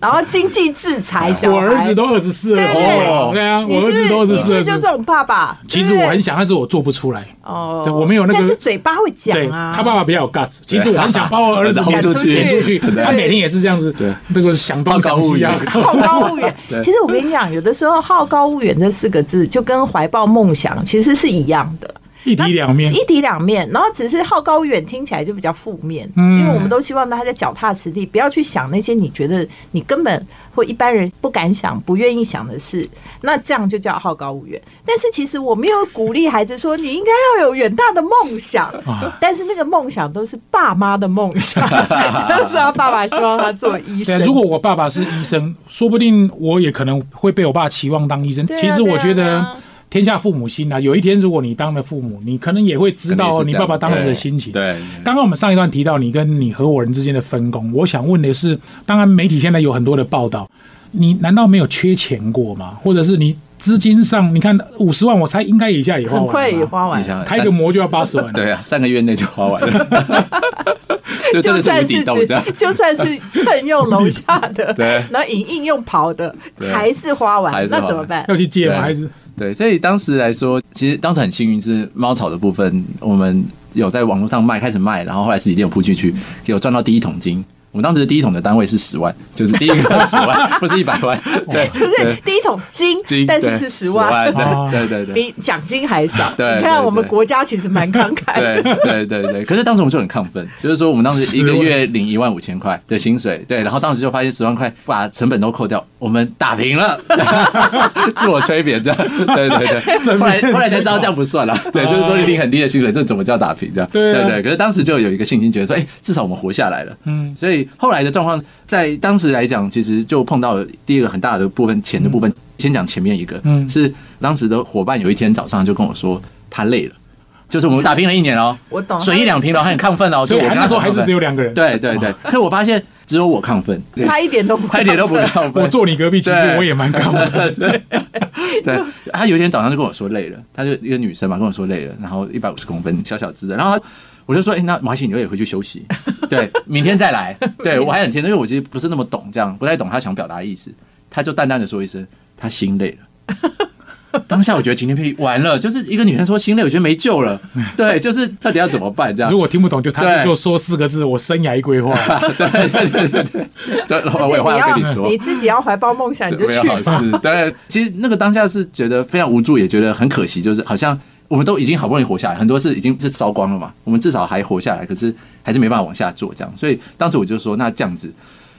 [SPEAKER 1] 然后经济制裁 小孩。
[SPEAKER 2] 我儿子都二十四了，
[SPEAKER 3] 哦
[SPEAKER 1] 对
[SPEAKER 2] 对啊，我
[SPEAKER 1] 你
[SPEAKER 2] 儿
[SPEAKER 1] 是不
[SPEAKER 2] 子
[SPEAKER 1] 是
[SPEAKER 2] 都二十
[SPEAKER 1] 你是不
[SPEAKER 2] 四
[SPEAKER 1] 是就这
[SPEAKER 2] 了。
[SPEAKER 1] 种爸爸？
[SPEAKER 2] 其实我
[SPEAKER 1] 对
[SPEAKER 2] 很
[SPEAKER 1] 不对
[SPEAKER 2] 想，但是我做不出来。
[SPEAKER 1] 哦
[SPEAKER 2] 对我没有那个
[SPEAKER 1] 但是嘴巴会讲
[SPEAKER 2] 对
[SPEAKER 1] 啊。
[SPEAKER 2] 他爸爸比较有 guts，其实我很想把我 儿子
[SPEAKER 3] 赶
[SPEAKER 1] 出去
[SPEAKER 2] 赶出去，
[SPEAKER 1] 对
[SPEAKER 2] 他每天也是这样子
[SPEAKER 3] 对，
[SPEAKER 2] 这个想东想西啊
[SPEAKER 3] 好高骛。远
[SPEAKER 1] 好高骛远
[SPEAKER 3] 对。
[SPEAKER 1] 其实我跟你讲，有的时候“好高骛远”这四个字，就跟怀抱梦想其实是一样的。
[SPEAKER 2] 一体两面。
[SPEAKER 1] 一体两面，然后只是好高骛远听起来就比较负面，
[SPEAKER 2] 嗯
[SPEAKER 1] 因为我们都希望大家脚踏实地，不要去想那些你觉得你根本或一般人不敢想、不愿意想的事，那这样就叫好高骛远。但是其实我没有鼓励孩子说你应该要有远大的梦想，
[SPEAKER 2] 啊
[SPEAKER 1] 但是那个梦想都是爸妈的梦 想， 就是他爸爸希望他做医
[SPEAKER 2] 对啊
[SPEAKER 1] 生，。
[SPEAKER 2] 如果我爸爸是医生，说不定我也可能会被我爸期望当医生。
[SPEAKER 1] 对啊
[SPEAKER 2] 其实我觉
[SPEAKER 1] 对
[SPEAKER 2] 得
[SPEAKER 1] 啊
[SPEAKER 2] 天下父母心啊，有一天如果你当了父母，你可能也会知道
[SPEAKER 3] 可能也是
[SPEAKER 2] 你
[SPEAKER 3] 这样
[SPEAKER 2] 爸爸当时的心情。
[SPEAKER 3] 对对
[SPEAKER 2] 刚刚我们上一段提到你跟你合伙人之间的分工，我想问的是，当然媒体现在有很多的报道，你难道没有缺钱过吗？或者是你？资金上，你看五十万，我猜应该一下也花完
[SPEAKER 1] 很
[SPEAKER 2] 了吧
[SPEAKER 1] 快也花完
[SPEAKER 3] 你
[SPEAKER 1] 了。
[SPEAKER 3] 想
[SPEAKER 2] 开个模就要八十万了。
[SPEAKER 3] 对啊，三个月内就花完了， 就真
[SPEAKER 1] 就
[SPEAKER 3] 的是
[SPEAKER 1] 算
[SPEAKER 3] 无底
[SPEAKER 1] 是
[SPEAKER 3] 洞这样
[SPEAKER 1] 只，就算是趁用楼下的，
[SPEAKER 3] 对
[SPEAKER 1] 然后引应用跑的，
[SPEAKER 3] 对
[SPEAKER 1] 还是花
[SPEAKER 3] 还
[SPEAKER 1] 完
[SPEAKER 3] 是，花
[SPEAKER 1] 那
[SPEAKER 3] 完
[SPEAKER 1] 怎么办？
[SPEAKER 2] 要去借吗？
[SPEAKER 3] 对
[SPEAKER 2] 还是
[SPEAKER 3] 对，所以当时来说，其实当时很幸运，就是猫草的部分，我们有在网络上卖，开始卖，然后后来实体店有铺进去，有赚到第一桶金。我们当时的第一桶的单位是十万，就是第一个十万，不是一百万。对，
[SPEAKER 1] 就是
[SPEAKER 3] 对
[SPEAKER 1] 第一桶金，
[SPEAKER 3] 金，
[SPEAKER 1] 但是
[SPEAKER 3] 对
[SPEAKER 1] 是十
[SPEAKER 3] 10
[SPEAKER 1] 万，
[SPEAKER 2] 哦
[SPEAKER 3] 对对对对。
[SPEAKER 1] 比奖金还少。
[SPEAKER 3] 对
[SPEAKER 1] 你看
[SPEAKER 3] 对
[SPEAKER 1] 我们
[SPEAKER 3] 对
[SPEAKER 1] 国家其实蛮慷慨的。
[SPEAKER 3] 对对对对，可是当时我们就很亢奋，就是说我们当时一个月领一万五千块的薪水，对，然后当时就发现十万块把成本都扣掉，我们打平了， 自我催眠这样，对对对，后来后来才知道这样不算了，对，就是说你领很低的薪水，这怎么叫打平这样？
[SPEAKER 2] 对啊
[SPEAKER 3] 对，可是当时就有一个信心，觉得说，哎，至少我们活下来了，
[SPEAKER 2] 嗯，
[SPEAKER 3] 所以后来的状况，在当时来讲，其实就碰到了第一个很大的部分，钱的部分。先讲前面一个，
[SPEAKER 2] 嗯
[SPEAKER 3] 是当时的伙伴有一天早上就跟我说，他累了，就是我们打拼了一年哦，
[SPEAKER 1] 我懂
[SPEAKER 3] 水一两瓶了，他很亢奋哦，
[SPEAKER 2] 所以
[SPEAKER 3] 就我跟
[SPEAKER 2] 那
[SPEAKER 3] 他
[SPEAKER 2] 时候还
[SPEAKER 3] 很亢
[SPEAKER 2] 是
[SPEAKER 3] 奋
[SPEAKER 2] 只有两个人。，
[SPEAKER 3] 对 对对，可我发现只有我亢奋，对
[SPEAKER 1] 他一点都不，
[SPEAKER 3] 他一点都不亢 奋，
[SPEAKER 2] 我坐你隔壁，其实
[SPEAKER 3] 对
[SPEAKER 2] 我也蛮 高的。
[SPEAKER 3] 对，她有一天早上就跟我说累了，她就一个女生嘛，跟我说累了，然后一百五十公分，小小只的，然后她我就说，哎、那马西你也回去休息，对，明天再来。对我还很天真，因为我其实不是那么懂，这样不太懂她想表达的意思，她就淡淡的说一声，她心累了。当下我觉得晴天霹雳，完了，就是一个女生说心累，我觉得没救了，对，就是到底要怎么办这 样
[SPEAKER 2] 如？果听不懂，就他
[SPEAKER 3] 对
[SPEAKER 2] 就说四个字：我生涯规划。
[SPEAKER 3] 对对对对对，这老板我有话要
[SPEAKER 1] 而
[SPEAKER 3] 跟
[SPEAKER 1] 且
[SPEAKER 3] 你说
[SPEAKER 1] 要，你自己要怀抱梦想，你就
[SPEAKER 3] 没有
[SPEAKER 1] 去
[SPEAKER 3] 好
[SPEAKER 1] 吧。
[SPEAKER 3] 事。对，其实那个当下是觉得非常无助，也觉得很可惜，就是好像我们都已经好不容易活下来，很多事已经是烧光了嘛，我们至少还活下来，可是还是没办法往下做这样。所以当时我就说，那这样子。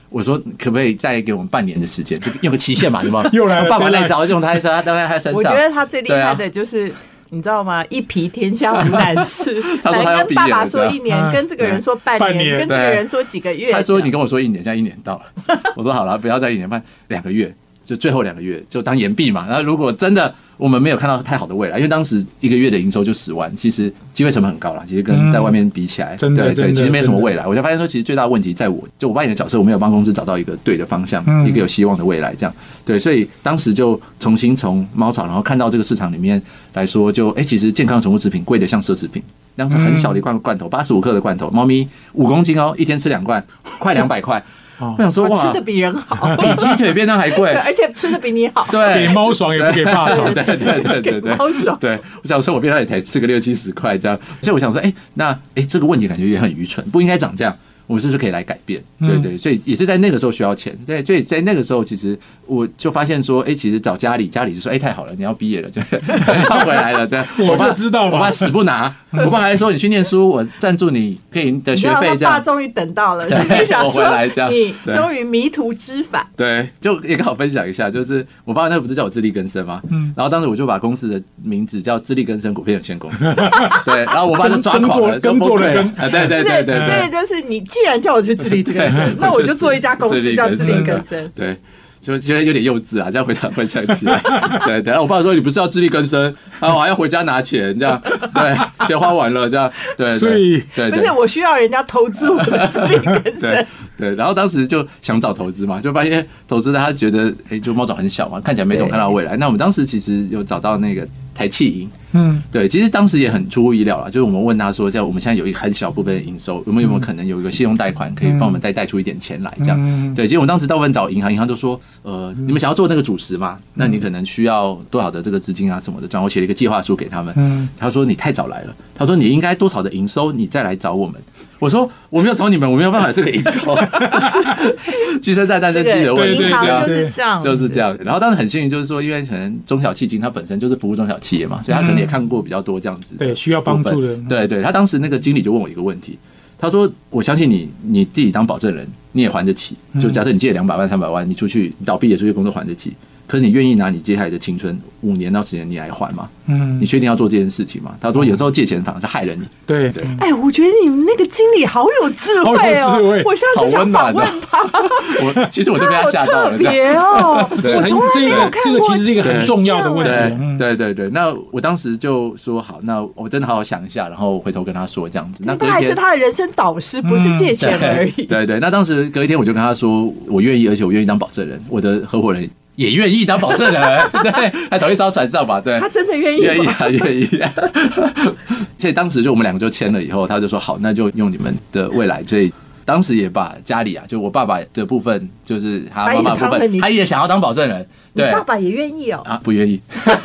[SPEAKER 3] 我说，可不可以再给我们半年的时间，就用个期限嘛，对吗？
[SPEAKER 2] 又来了
[SPEAKER 3] 我爸爸
[SPEAKER 2] 又来了
[SPEAKER 3] 那一招用他在他当在他身上。
[SPEAKER 1] 我觉得他最厉害
[SPEAKER 3] 对啊
[SPEAKER 1] 的就是。你知道吗？一皮天下无难事。
[SPEAKER 3] 他说他要
[SPEAKER 1] 来
[SPEAKER 3] 毕
[SPEAKER 1] 跟
[SPEAKER 3] 业了
[SPEAKER 1] 爸爸说
[SPEAKER 3] 对啊
[SPEAKER 1] 一年
[SPEAKER 2] 嗯，
[SPEAKER 1] 跟这个人说半
[SPEAKER 2] 半年
[SPEAKER 1] 年，跟这个
[SPEAKER 3] 对
[SPEAKER 1] 人说几个月。
[SPEAKER 3] 他说：“你跟我说一年，现在一年到了。” 我说：“好了，不要再一年半，两个月，就最后两个月就当延毕嘛。然后如果真的我们没有看到太好的未来，因为当时一个月的营收就十万，其实机会成本很高啦。其实跟在外面比起来，
[SPEAKER 2] 嗯真的
[SPEAKER 3] 对
[SPEAKER 2] 真的
[SPEAKER 3] 对，其实没什么
[SPEAKER 2] 真的
[SPEAKER 3] 未来。我就发现说，其实最大的问题在我，就我扮演的角色，我没有帮公司找到一个对的方向，
[SPEAKER 2] 嗯
[SPEAKER 3] 一个有希望的未来，这样对。所以当时就重新从猫草，然后看到这个市场里面来说就，哎，其实健康宠物食品贵的像奢侈品。”当时很小的一
[SPEAKER 2] 嗯
[SPEAKER 3] 罐罐头，八十五克的罐头，猫咪五公斤哦，一天吃两罐，快两百块。
[SPEAKER 2] 哦
[SPEAKER 3] 我想说
[SPEAKER 1] 我
[SPEAKER 3] 哇
[SPEAKER 1] 吃，的比人好，
[SPEAKER 3] 比鸡腿便当还 贵
[SPEAKER 1] 对，而且吃的比你好。
[SPEAKER 2] 给
[SPEAKER 3] 对，
[SPEAKER 2] 猫爽也不给爸爽
[SPEAKER 3] 对。对对对对对，
[SPEAKER 1] 好爽
[SPEAKER 3] 对，我想说我便当也才吃个六七十块这样，所以我想说，哎、那哎、这个问题感觉也很愚蠢，不应该长这样。我们是不是可以来改变？对
[SPEAKER 2] 嗯
[SPEAKER 3] 对，所以也是在那个时候需要钱，对，所以在那个时候，其实我就发现说，哎、其实找家里，家里就说，哎、太好了，你要毕业了，就 要回来了，这样。
[SPEAKER 2] 我
[SPEAKER 3] 爸
[SPEAKER 2] 就知道嘛
[SPEAKER 3] 我爸死不拿，我爸还说你去念书，我赞助你可以的
[SPEAKER 1] 你知
[SPEAKER 3] 学
[SPEAKER 1] 道
[SPEAKER 3] 费
[SPEAKER 1] 他
[SPEAKER 3] 这
[SPEAKER 1] 爸
[SPEAKER 3] 样。
[SPEAKER 1] 终于等到了，
[SPEAKER 3] 对
[SPEAKER 1] 是 不是想
[SPEAKER 3] 我回
[SPEAKER 1] 说
[SPEAKER 3] 来这样
[SPEAKER 1] 你
[SPEAKER 3] 对
[SPEAKER 1] 终于迷途知返？
[SPEAKER 3] 对，就也刚好分享一下，就是我爸那不是叫我自力更生吗？嗯，然后当时我就把公司的名字叫自力更生股份有限公 司，对，然后我爸就抓狂了，
[SPEAKER 2] 耕
[SPEAKER 3] 就
[SPEAKER 2] 作
[SPEAKER 3] 崩溃
[SPEAKER 2] 耕作的
[SPEAKER 3] 啊， 对对
[SPEAKER 1] 这
[SPEAKER 3] 对对
[SPEAKER 1] 这个
[SPEAKER 3] 对，
[SPEAKER 1] 就是你既然叫我去自力更生，那我就做一家公司叫自力更生。
[SPEAKER 3] 对。就觉得有点幼稚啊，这样回想回想起 来，对对。然后我爸说：“你不是要自力更生，然后我还要回家拿钱，这样对，钱花完了，这样对。对”
[SPEAKER 2] 所以
[SPEAKER 3] 对
[SPEAKER 1] 不
[SPEAKER 3] 对
[SPEAKER 1] 是，我需要人家投资我 的自力更生
[SPEAKER 3] 对。对，然后当时就想找投资嘛，就发现投资他觉得，哎、就猫爪很小嘛，看起来没怎么看到未来。那我们当时其实有找到那个台气银，
[SPEAKER 2] 嗯，
[SPEAKER 3] 对，其实当时也很出乎意料啦，就是我们问他说，像我们现在有一个很小部分的营收，我们有没有可能有一个信用贷款可以帮我们再贷出一点钱来？这样，
[SPEAKER 2] 嗯
[SPEAKER 3] 对，其实我们当时大部分找银行，银行就说，呃，你们想要做那个主食嘛，那你可能需要多少的这个资金啊什么的，然后我写了一个计划书给他们。
[SPEAKER 2] 嗯
[SPEAKER 3] 他说你太早来了，他说你应该多少的营收你再来找我们。我说我没有找你们，我没有办法有这个营 收，鸡生蛋蛋生鸡的问
[SPEAKER 2] 对
[SPEAKER 3] 题，
[SPEAKER 2] 对
[SPEAKER 1] 银
[SPEAKER 2] 哦对
[SPEAKER 1] 行就。
[SPEAKER 3] 啊
[SPEAKER 1] 是这样，
[SPEAKER 3] 就是这。样。然后当然很幸运，就是说，因为可能中小企金它本身就是服务中小企业嘛，所以他可能也看过比较多这样子的部分、
[SPEAKER 2] 对需要帮助的嗯
[SPEAKER 3] 对对，他当时那个经理就问我一个问题，他说：“我相信你，你自己当保证人，你也还得起。
[SPEAKER 2] 嗯
[SPEAKER 3] 就假设你借两百万、三百万，你出去你倒闭也出去工作还得起。可是你愿意拿你接下来的青春五年到十年你来还吗？
[SPEAKER 2] 嗯哦
[SPEAKER 3] 你，确定要做这件事情吗？”他说：“有时候借钱反而是害了你。”
[SPEAKER 2] 对，嗯
[SPEAKER 3] 对
[SPEAKER 1] 哎，我觉得你们那个经理好有智慧
[SPEAKER 2] 好有智
[SPEAKER 1] 哦
[SPEAKER 2] 慧，
[SPEAKER 1] 我下次想访问他，
[SPEAKER 3] 我其实哦 我就被他
[SPEAKER 1] 好
[SPEAKER 3] 吓到
[SPEAKER 1] 特
[SPEAKER 3] 了。这样
[SPEAKER 1] 别哦，
[SPEAKER 3] 对
[SPEAKER 1] 我从来没有看过。
[SPEAKER 2] 这个其实是一个很重要的问
[SPEAKER 1] 这
[SPEAKER 2] 题
[SPEAKER 1] 样
[SPEAKER 3] 对。
[SPEAKER 2] 嗯
[SPEAKER 3] 对对对，那我当时就说好，那我真的好好想一下，然后回头跟他说这样子。那隔
[SPEAKER 1] 他还
[SPEAKER 3] 一
[SPEAKER 1] 是
[SPEAKER 3] 天，嗯
[SPEAKER 1] 他的人生导师，不是借钱而
[SPEAKER 3] 对
[SPEAKER 1] 已。
[SPEAKER 3] 对对，那当时隔一天我就跟他说，我愿意，而且我愿意当保证人，我的合伙人也愿意当保 证人，对，还同意烧船账嘛，对
[SPEAKER 1] 他。真的愿意
[SPEAKER 3] 愿意
[SPEAKER 1] 吗？
[SPEAKER 3] 啊， 愿意、啊。所以当时就我们两个就签了以后，他就说好，那就用你们的未来。所以当时也把家里啊，就我爸爸的部分，就是他妈妈的
[SPEAKER 1] 把你
[SPEAKER 3] 部
[SPEAKER 1] 当了
[SPEAKER 3] 分，
[SPEAKER 1] 你
[SPEAKER 3] 他也想要当保证人，
[SPEAKER 1] 你
[SPEAKER 3] 对。
[SPEAKER 1] 爸爸也愿意哦。
[SPEAKER 3] 啊，不愿意。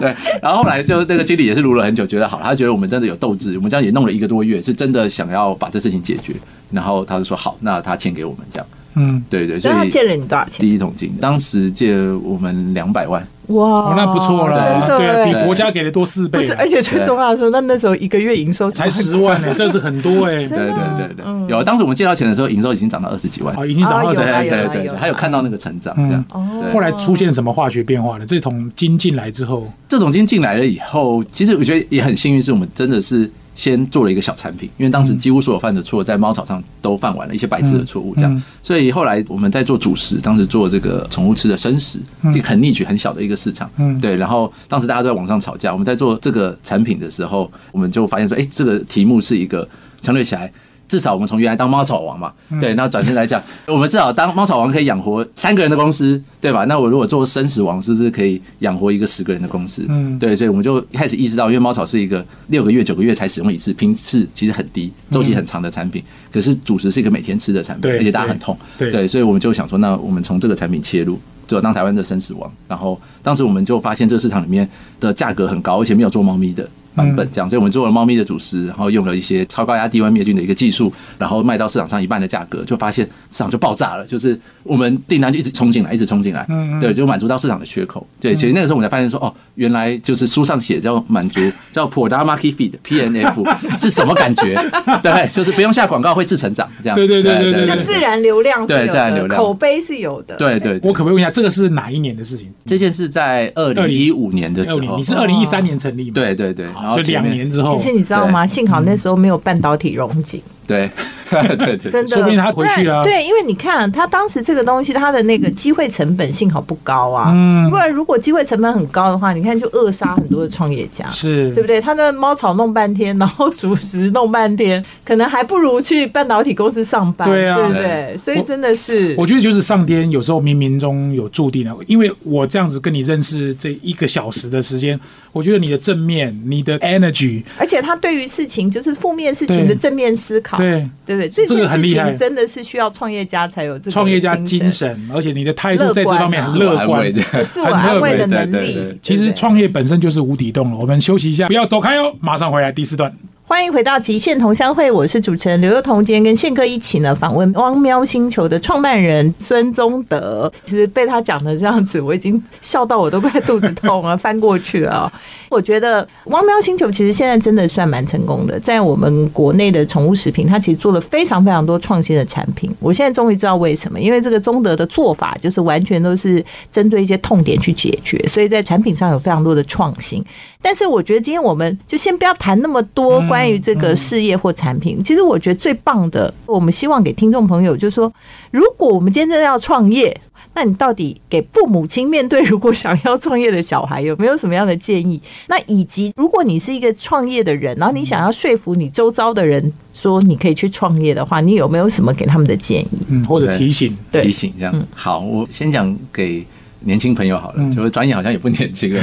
[SPEAKER 3] 对，然后后来就那个经理也是撸了很久，觉得好，他觉得我们真的有斗志，我们这样也弄了一个多月，是真的想要把这事情解决。然后他就说好，那他钱给我们这样。
[SPEAKER 2] 嗯，
[SPEAKER 3] 对对，
[SPEAKER 1] 所
[SPEAKER 3] 所
[SPEAKER 1] 以他
[SPEAKER 3] 以
[SPEAKER 1] 借了你多少钱？
[SPEAKER 3] 第一桶金，当时借我们两百万，
[SPEAKER 2] 哦
[SPEAKER 1] 哇，
[SPEAKER 2] 那不错啦，
[SPEAKER 1] 真的
[SPEAKER 2] 对啊，
[SPEAKER 1] 耶
[SPEAKER 2] 比国家给的多四
[SPEAKER 1] 不
[SPEAKER 2] 倍
[SPEAKER 1] 是，
[SPEAKER 2] 啊，
[SPEAKER 1] 哎而且最重要的是，那那时候一个月营收
[SPEAKER 2] 才十万呢，这是很多哎，
[SPEAKER 3] 对
[SPEAKER 1] 真的啊
[SPEAKER 3] 对对对，
[SPEAKER 1] 嗯
[SPEAKER 3] 有当时我们借到钱的时候，营收已经涨到二十几万，
[SPEAKER 2] 啊，已经涨到
[SPEAKER 1] 啊
[SPEAKER 2] 二
[SPEAKER 3] 对
[SPEAKER 2] 十
[SPEAKER 1] 有啦
[SPEAKER 3] 对对对
[SPEAKER 1] 有
[SPEAKER 3] 对，
[SPEAKER 1] 啦
[SPEAKER 3] 还有看到那个成长这样。
[SPEAKER 1] 哦
[SPEAKER 3] 对
[SPEAKER 2] 后来出现什么化学变化了？这桶金进来之后，
[SPEAKER 3] 这种金进来了以后，其实我觉得也很幸运，是我们真的是先做了一个小产品，因为当时几乎所有犯的错在猫草上都犯完了一些白痴的错误，这
[SPEAKER 2] 嗯
[SPEAKER 3] 样。
[SPEAKER 2] 嗯
[SPEAKER 3] 所以后来我们在做主食，当时做这个宠物吃的生食，这个很 niche 很小的一个市场，
[SPEAKER 2] 嗯
[SPEAKER 3] 对。然后当时大家都在网上吵架，我们在做这个产品的时候，我们就发现说，哎、这个题目是一个相对起来。至少我们从原来当猫草王嘛，
[SPEAKER 2] 嗯
[SPEAKER 3] 对，那转身来讲，我们至少当猫草王可以养活三个人的公司，对吧？那我如果做生食王，是不是可以养活一个十个人的公司？
[SPEAKER 2] 嗯
[SPEAKER 3] 对，所以我们就开始意识到，因为猫草是一个六个月、九个月才使用一次，频次其实很低，周期很长的产品，可是主食是一个每天吃的产
[SPEAKER 2] 嗯
[SPEAKER 3] 品，
[SPEAKER 2] 对
[SPEAKER 3] 而且大家很痛，
[SPEAKER 2] 对对
[SPEAKER 3] 对，所以我们就想说，那我们从这个产品切入，就当台湾的生死王。然后当时我们就发现这个市场里面的价格很高，而且没有做猫咪的版
[SPEAKER 2] 嗯
[SPEAKER 3] 本，这样，所以我们做了猫咪的主食，然后用了一些超高压低温灭菌的一个技术，然后卖到市场上一半的价格，就发现市场就爆炸了，就是我们订单就一直冲进来，一直冲进来，
[SPEAKER 2] 嗯嗯嗯
[SPEAKER 3] 对，就满足到市场的缺口。对，其实那个时候我们才发现说，哦，原来就是书上写叫满足叫 Product Market Feed PNF 是什么感觉？对，就是不用下广告会自成长这样。
[SPEAKER 2] 对对对对对
[SPEAKER 1] 就自然流量是有
[SPEAKER 3] 对自然流
[SPEAKER 1] 的，
[SPEAKER 3] 量
[SPEAKER 1] 口碑是有的。
[SPEAKER 3] 对对，对
[SPEAKER 2] 我可不可以问一下，这个是哪一年的事情？
[SPEAKER 3] 这件事在二零一五年的时
[SPEAKER 2] 二零，
[SPEAKER 3] 候
[SPEAKER 2] 你，是二零一三年成立吗？，
[SPEAKER 3] 对对对，然后
[SPEAKER 2] 所以
[SPEAKER 3] 前
[SPEAKER 2] 两
[SPEAKER 3] 面
[SPEAKER 2] 年之后
[SPEAKER 1] 其，实你知道吗？幸好那时候没有半导体融景，
[SPEAKER 3] 对 对对，
[SPEAKER 1] 真的，
[SPEAKER 2] 说不定他回去啊
[SPEAKER 1] 不然对，因为你看他当时这个东西，他的那个机会成本幸好不高啊。
[SPEAKER 2] 嗯
[SPEAKER 1] 不然如果机会成本很高的话，你看就扼杀很多的创业家。
[SPEAKER 2] 是，
[SPEAKER 1] 对不对？他的猫草弄半天，然后主食弄半天，可能还不如去半导体公司上班，
[SPEAKER 2] 对啊
[SPEAKER 1] 不对？所以真的是，
[SPEAKER 2] 我觉得就是上天有时候冥冥中有注定了，因为我这样子跟你认识这一个小时的时间，我觉得你的正面、你的 energy，
[SPEAKER 1] 而且他对于事情就是负面事情的
[SPEAKER 2] 对
[SPEAKER 1] 正面思考，
[SPEAKER 2] 对
[SPEAKER 1] 对不对？
[SPEAKER 2] 这
[SPEAKER 1] 这
[SPEAKER 2] 个
[SPEAKER 1] 件
[SPEAKER 2] 很
[SPEAKER 1] 事
[SPEAKER 2] 厉害
[SPEAKER 1] 情真的是需要创业家才有这个
[SPEAKER 2] 创业家
[SPEAKER 1] 精
[SPEAKER 2] 精。神，而且你的态度在这方面很
[SPEAKER 3] 自我
[SPEAKER 2] 乐
[SPEAKER 3] 啊安
[SPEAKER 2] 观
[SPEAKER 3] 慰。这样。
[SPEAKER 1] 自我安慰的能
[SPEAKER 3] 很特别对对
[SPEAKER 1] 力
[SPEAKER 3] 对，
[SPEAKER 2] 其
[SPEAKER 1] 对
[SPEAKER 2] 实
[SPEAKER 1] 不对
[SPEAKER 2] 创业本身就是无底洞了。我们休息一下，不要走开哦，马上回来第四段。
[SPEAKER 1] 欢迎回到极限同乡会，我是主持人刘幼彤。今天跟宪哥一起呢访问汪喵星球的创办人孙宗德。其实被他讲的这样子，我已经笑到我都快肚子痛了， 翻过去了哦。我觉得汪喵星球其实现在真的算蛮成功的，在我们国内的宠物食品，它其实做了非常非常多创新的产品。我现在终于知道为什么，因为这个宗德的做法就是完全都是针对一些痛点去解决，所以在产品上有非常多的创新。但是我觉得今天我们就先不要谈那么多关于这个事业或产品。其实我觉得最棒的，我们希望给听众朋友就是说，如果我们今天真的要创业。那你到底给父母亲面对如果想要创业的小孩有没有什么样的建议？那以及如果你是一个创业的人，然后你想要说服你周遭的人说你可以去创业的话，你有没有什么给他们的建议？
[SPEAKER 2] 嗯，或者
[SPEAKER 3] 对
[SPEAKER 2] 提醒，
[SPEAKER 1] 对嗯
[SPEAKER 3] 提醒这样。好，我先讲给年轻朋友好
[SPEAKER 2] 嗯
[SPEAKER 3] 了，就是转眼好像也不 年轻了。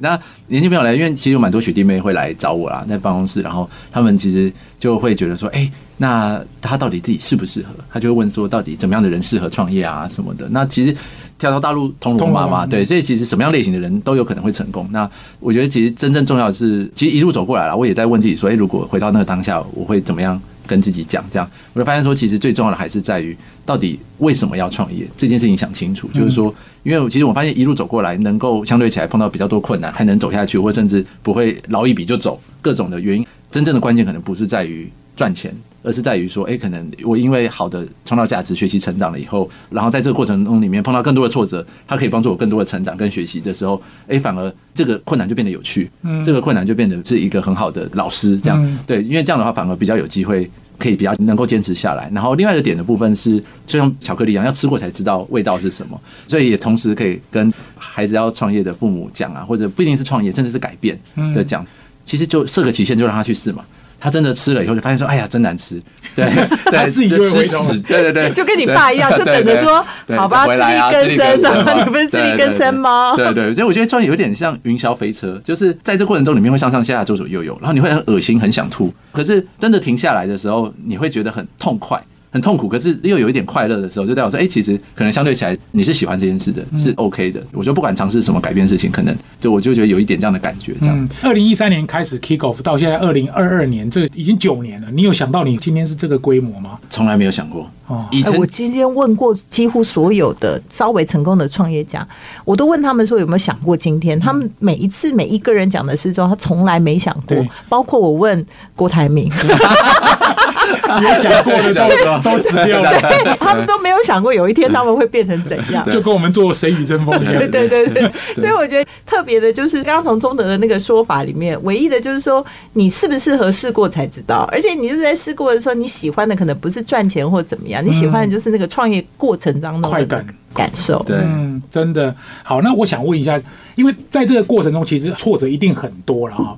[SPEAKER 3] 那年轻朋友来，因为其实有蛮多学弟妹会来找我啦，在办公室，然后他们其实就会觉得说，哎、那他到底自己适不适合？他就会问说，到底怎么样的人适合创业啊什么的。那其实跳到大陆通罗马
[SPEAKER 2] 通罗
[SPEAKER 3] 嘛，
[SPEAKER 2] 马嗯
[SPEAKER 3] 对，所以其实什么样类型的人都有可能会成功。那我觉得其实真正重要的是，其实一路走过来了，我也在问自己说，哎、如果回到那个当下，我会怎么样？跟自己讲，这样我就发现说，其实最重要的还是在于到底为什么要创业这件事情想清楚。就是说，因为我其实我发现一路走过来，能够相对起来碰到比较多困难，还能走下去，或甚至不会捞一笔就走，各种的原因，真正的关键可能不是在于赚钱。而是在于说，哎、可能我因为好的创造价值、学习成长了以后，然后在这个过程中里面碰到更多的挫折，它可以帮助我更多的成长跟学习的时候，哎、反而这个困难就变得有趣，
[SPEAKER 2] 嗯
[SPEAKER 3] 这个困难就变得是一个很好的老师，这样、
[SPEAKER 2] 嗯
[SPEAKER 3] 对，因为这样的话反而比较有机会。可以比较能够坚持下来，然后另外一个点的部分是，就像巧克力一样，要吃过才知道味道是什么，所以也同时可以跟孩子要创业的
[SPEAKER 2] 嗯
[SPEAKER 3] 父母讲啊，或者不一定是创业，甚至是改变的讲，其实就设个期限，就让他去试嘛。他他真的吃了以后就发现说，哎呀，真难吃， 对
[SPEAKER 2] 他
[SPEAKER 3] 对，
[SPEAKER 2] 自己
[SPEAKER 3] 就
[SPEAKER 2] 就会
[SPEAKER 3] 吃
[SPEAKER 2] 回头
[SPEAKER 3] 屎，对对对，
[SPEAKER 1] 就跟你爸一样，就等着说
[SPEAKER 3] 对
[SPEAKER 1] 好吧，自
[SPEAKER 3] 回来啊
[SPEAKER 1] 力更生
[SPEAKER 3] 自力更生
[SPEAKER 1] 啊，
[SPEAKER 3] 嘛
[SPEAKER 1] 你不是自力更生吗？
[SPEAKER 3] 对对，所以我觉得创业有点像云霄飞车，就是在这过程中里面会上上下下、左左右右，然后你会很恶心、很想吐，可是真的停下来的时候，你会觉得很痛快。很痛苦，可是又有一点快乐的时候，就代表说，哎、其实可能相对起来，你是喜欢这件事的，是 OK 的。我觉得不管尝试什么改变事情，可能就我就觉得有一点这样的感觉，这样。
[SPEAKER 2] 嗯，二零一三年开始 kick off 到现在二零二二年，这已经九年了。你有想到你今天是这个规模吗？
[SPEAKER 3] 从来没有想过
[SPEAKER 2] 哦。
[SPEAKER 3] 以
[SPEAKER 1] 哎
[SPEAKER 3] 前
[SPEAKER 1] 我今天问过几乎所有的稍微成功的创业家，我都问他们说有没有想过今天。他们每一次每一个人讲的是说他从来没想过
[SPEAKER 2] 对，
[SPEAKER 1] 包括我问郭台铭，
[SPEAKER 2] 有想过的都都死掉了，
[SPEAKER 1] 对他们都没有想过有一天他们会变成怎样。
[SPEAKER 2] 就跟我们做谁与争锋一样
[SPEAKER 1] 对。对对对，所以我觉得特别的就是，刚刚从中德的那个说法里面，唯一的就是说，你是不适合试过才知道，而且你是在试过的时候，你喜欢的可能不是赚钱或怎么样，你喜欢的就是那个创业过程当中的
[SPEAKER 2] 快感
[SPEAKER 1] 感受。
[SPEAKER 3] 对，
[SPEAKER 2] 嗯，真的好。那我想问一下，因为在这个过程中，其实挫折一定很多了哈、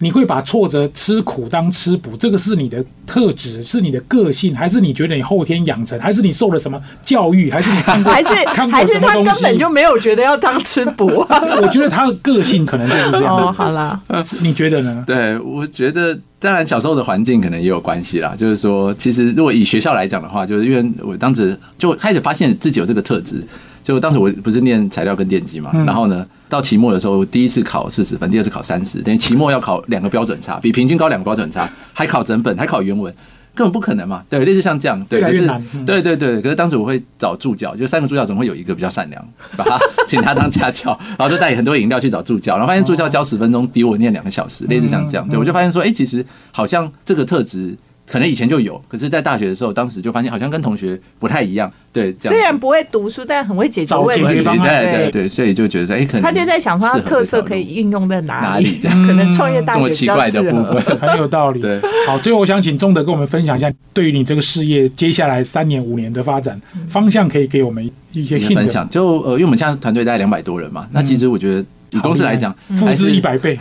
[SPEAKER 2] 你会把挫折吃苦当吃补，这个是你的特质，是你的个性，还是你觉得你后天养成，还是你受了什么教育，还是你看过
[SPEAKER 1] 还是
[SPEAKER 2] 看过
[SPEAKER 1] 还
[SPEAKER 2] 什
[SPEAKER 1] 是
[SPEAKER 2] 么
[SPEAKER 1] 他
[SPEAKER 2] 东
[SPEAKER 1] 根
[SPEAKER 2] 西？
[SPEAKER 1] 本就没有觉得要当吃补、啊。
[SPEAKER 2] 我觉得他的个性可能就是这样。
[SPEAKER 1] 哦，好啦，
[SPEAKER 2] 是你觉得 呢？
[SPEAKER 3] 对，我觉得当然小时候的环境可能也有关系啦。就是说，其实如果以学校来讲的话，就是因为我当时就开始发现自己有这个特质。就当时我不是念材料跟电机嘛，
[SPEAKER 2] 嗯
[SPEAKER 3] 然后呢，到期末的时候，我第一次考四十分，第二次考三十，等于期末要考两个标准差，比平均高两个标准差，还考整本，还考原文，根本不可能嘛。对，类似像这样，对，
[SPEAKER 2] 越来
[SPEAKER 3] 可
[SPEAKER 2] 越
[SPEAKER 3] 是
[SPEAKER 2] 难嗯
[SPEAKER 3] 对对对，可是当时我会找助教，就三个助教总会有一个比较善良，把他请他当家教，然后就带很多饮料去找助教，然后发现助教教十分钟比我念两个小时，类似像这样，对我就发现说，哎，其实好像这个特质。可能以前就有，可是，在大学的时候，当时就发现好像跟同学不太一样，对，这样
[SPEAKER 1] 虽然不会读书，但很会解决
[SPEAKER 2] 找
[SPEAKER 1] 问
[SPEAKER 2] 解决
[SPEAKER 1] 题
[SPEAKER 2] 方。案
[SPEAKER 3] 对
[SPEAKER 1] 对
[SPEAKER 3] 对对，所以就觉得说，哎，可能
[SPEAKER 1] 他就在想说，他
[SPEAKER 3] 适合这
[SPEAKER 1] 特色
[SPEAKER 3] 条路
[SPEAKER 1] 可以运用在哪
[SPEAKER 3] 哪
[SPEAKER 1] 里
[SPEAKER 3] 里？这样
[SPEAKER 1] 可能创业大学
[SPEAKER 3] 这
[SPEAKER 1] 啊
[SPEAKER 3] 么
[SPEAKER 1] 比
[SPEAKER 3] 奇
[SPEAKER 1] 较
[SPEAKER 3] 怪的
[SPEAKER 1] 适
[SPEAKER 3] 部
[SPEAKER 1] 合。
[SPEAKER 3] 分，
[SPEAKER 2] 很有道理。
[SPEAKER 3] 对，
[SPEAKER 2] 好，最后我想请钟德跟我们分享一下，对于你这个事业接下来三年、五年的发展方向，可以给我们一些
[SPEAKER 3] 一个
[SPEAKER 2] hint
[SPEAKER 3] 嗯分
[SPEAKER 2] 吗。
[SPEAKER 3] 享。就呃，因为我们现在团队大概两百多人嘛，那其实我觉得以公司来讲，
[SPEAKER 1] 嗯
[SPEAKER 2] 复
[SPEAKER 3] 还是
[SPEAKER 2] 制一百倍，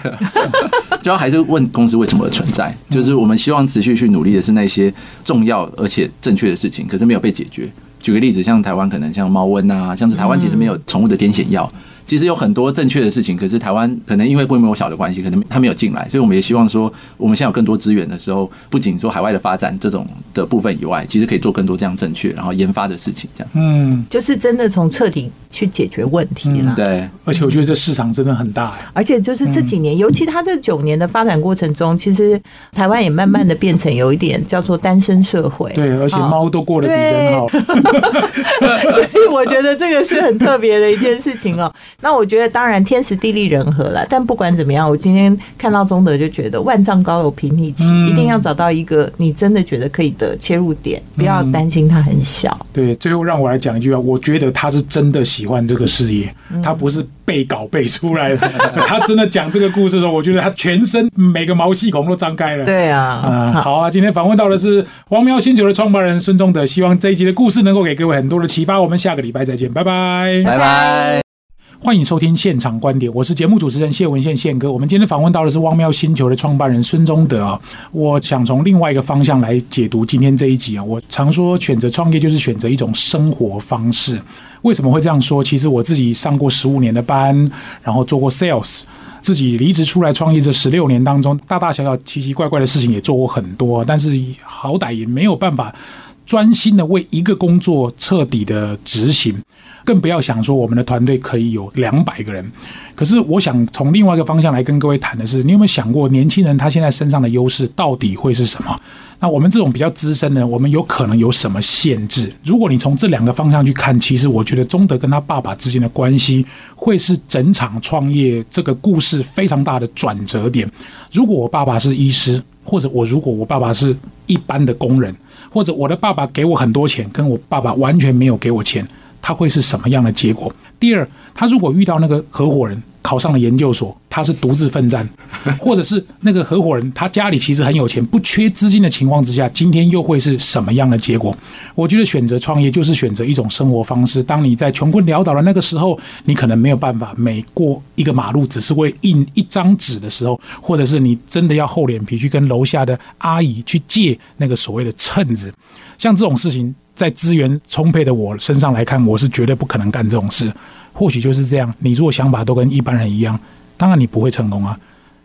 [SPEAKER 3] 主要还是问公司为什么而存在，就是我们希望持续去努力的是那些重要而且正确的事情，可是没有被解决。举个例子，像台湾可能像猫瘟啊，像是台湾其实没有宠物的癫痫药，其实有很多正确的事情，可是台湾可能因为规模小的关系，可能它没有进来，所以我们也希望说，我们现在有更多资源的时候，不仅说海外的发展这种的部分以外，其实可以做更多这样正确然后研发的事情，这样
[SPEAKER 2] 嗯，
[SPEAKER 1] 就是真的从彻底去解决问题啦。
[SPEAKER 3] 对。
[SPEAKER 2] 而且我觉得这市场真的很大，
[SPEAKER 1] 而且就是这几年，尤其他这九年的发展过程中，其实台湾也慢慢的变成有一点叫做单身社会。
[SPEAKER 2] 对，而且
[SPEAKER 1] 啊
[SPEAKER 2] 猫都过得比人好，
[SPEAKER 1] 所以 我觉得这个是很特别的一件事情哦。 那我觉得当然天时地利人和了，但不管怎么样，我今天看到中德就觉得万丈高楼平地起，
[SPEAKER 2] 嗯
[SPEAKER 1] 一定要找到一个你真的觉得可以的切入点，不要
[SPEAKER 3] 嗯
[SPEAKER 1] 担心它很小。
[SPEAKER 2] 对，最后让我来讲一句啊，我觉得他是真的喜欢这个事业，他不是背稿背出来的， 他真的讲这个故事的时候，我觉得他全身每个毛细孔都张开了。
[SPEAKER 1] 对啊
[SPEAKER 2] 啊、，好啊！今天访问到的是王喵星球的创办人孙中德，希望这一集的故事能够给各位很多的启发。我们下个礼拜再见，拜拜。
[SPEAKER 3] 拜拜。
[SPEAKER 2] 欢迎收听现场观点，我是节目主持人谢文宪宪哥。我们今天访问到的是汪喵星球的创办人孙中德啊。我想从另外一个方向来解读今天这一集啊。我常说选择创业就是选择一种生活方式。为什么会这样说？其实我自己上过十五年的班，然后做过 sales。自己离职出来创业这十六年当中，大大小小、奇奇怪怪的事情也做过很多，但是好歹也没有办法专心的为一个工作彻底的执行，更不要想说我们的团队可以有两百个人。可是我想从另外一个方向来跟各位谈的是，你有没有想过年轻人他现在身上的优势到底会是什么？那我们这种比较资深的人，我们有可能有什么限制？如果你从这两个方向去看，其实我觉得中德跟他爸爸之间的关系会是整场创业这个故事非常大的转折点。如果我爸爸是医师，或者我如果我爸爸是一般的工人，或者我的爸爸给我很多钱，跟我爸爸完全没有给我钱，他会是什么样的结果？第二，他如果遇到那个合伙人考上了研究所，他是独自奋战， 或者是那个合伙人他家里其实很有钱，不缺资金的情况之下，今天又会是什么样的结果？我觉得选择创业就是选择一种生活方式。当你在穷困潦倒的那个时候，你可能没有办法每过一个马路只是为印一张纸的时候，或者是你真的要厚脸皮去跟楼下的阿姨去借那个所谓的秤子，像这种事情。在资源充沛的我身上来看，我是绝对不可能干这种事。或许就是这样，你如果想法都跟一般人一样，当然你不会成功啊。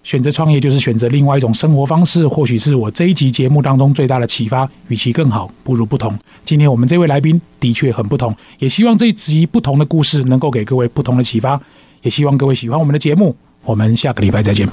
[SPEAKER 2] 选择创业就是选择另外一种生活方式，或许是我这一集节目当中最大的启发。与其更好，不如不同。今天我们这位来宾的确很不同，也希望这一集不同的故事能够给各位不同的启发，也希望各位喜欢我们的节目。我们下个礼拜再见。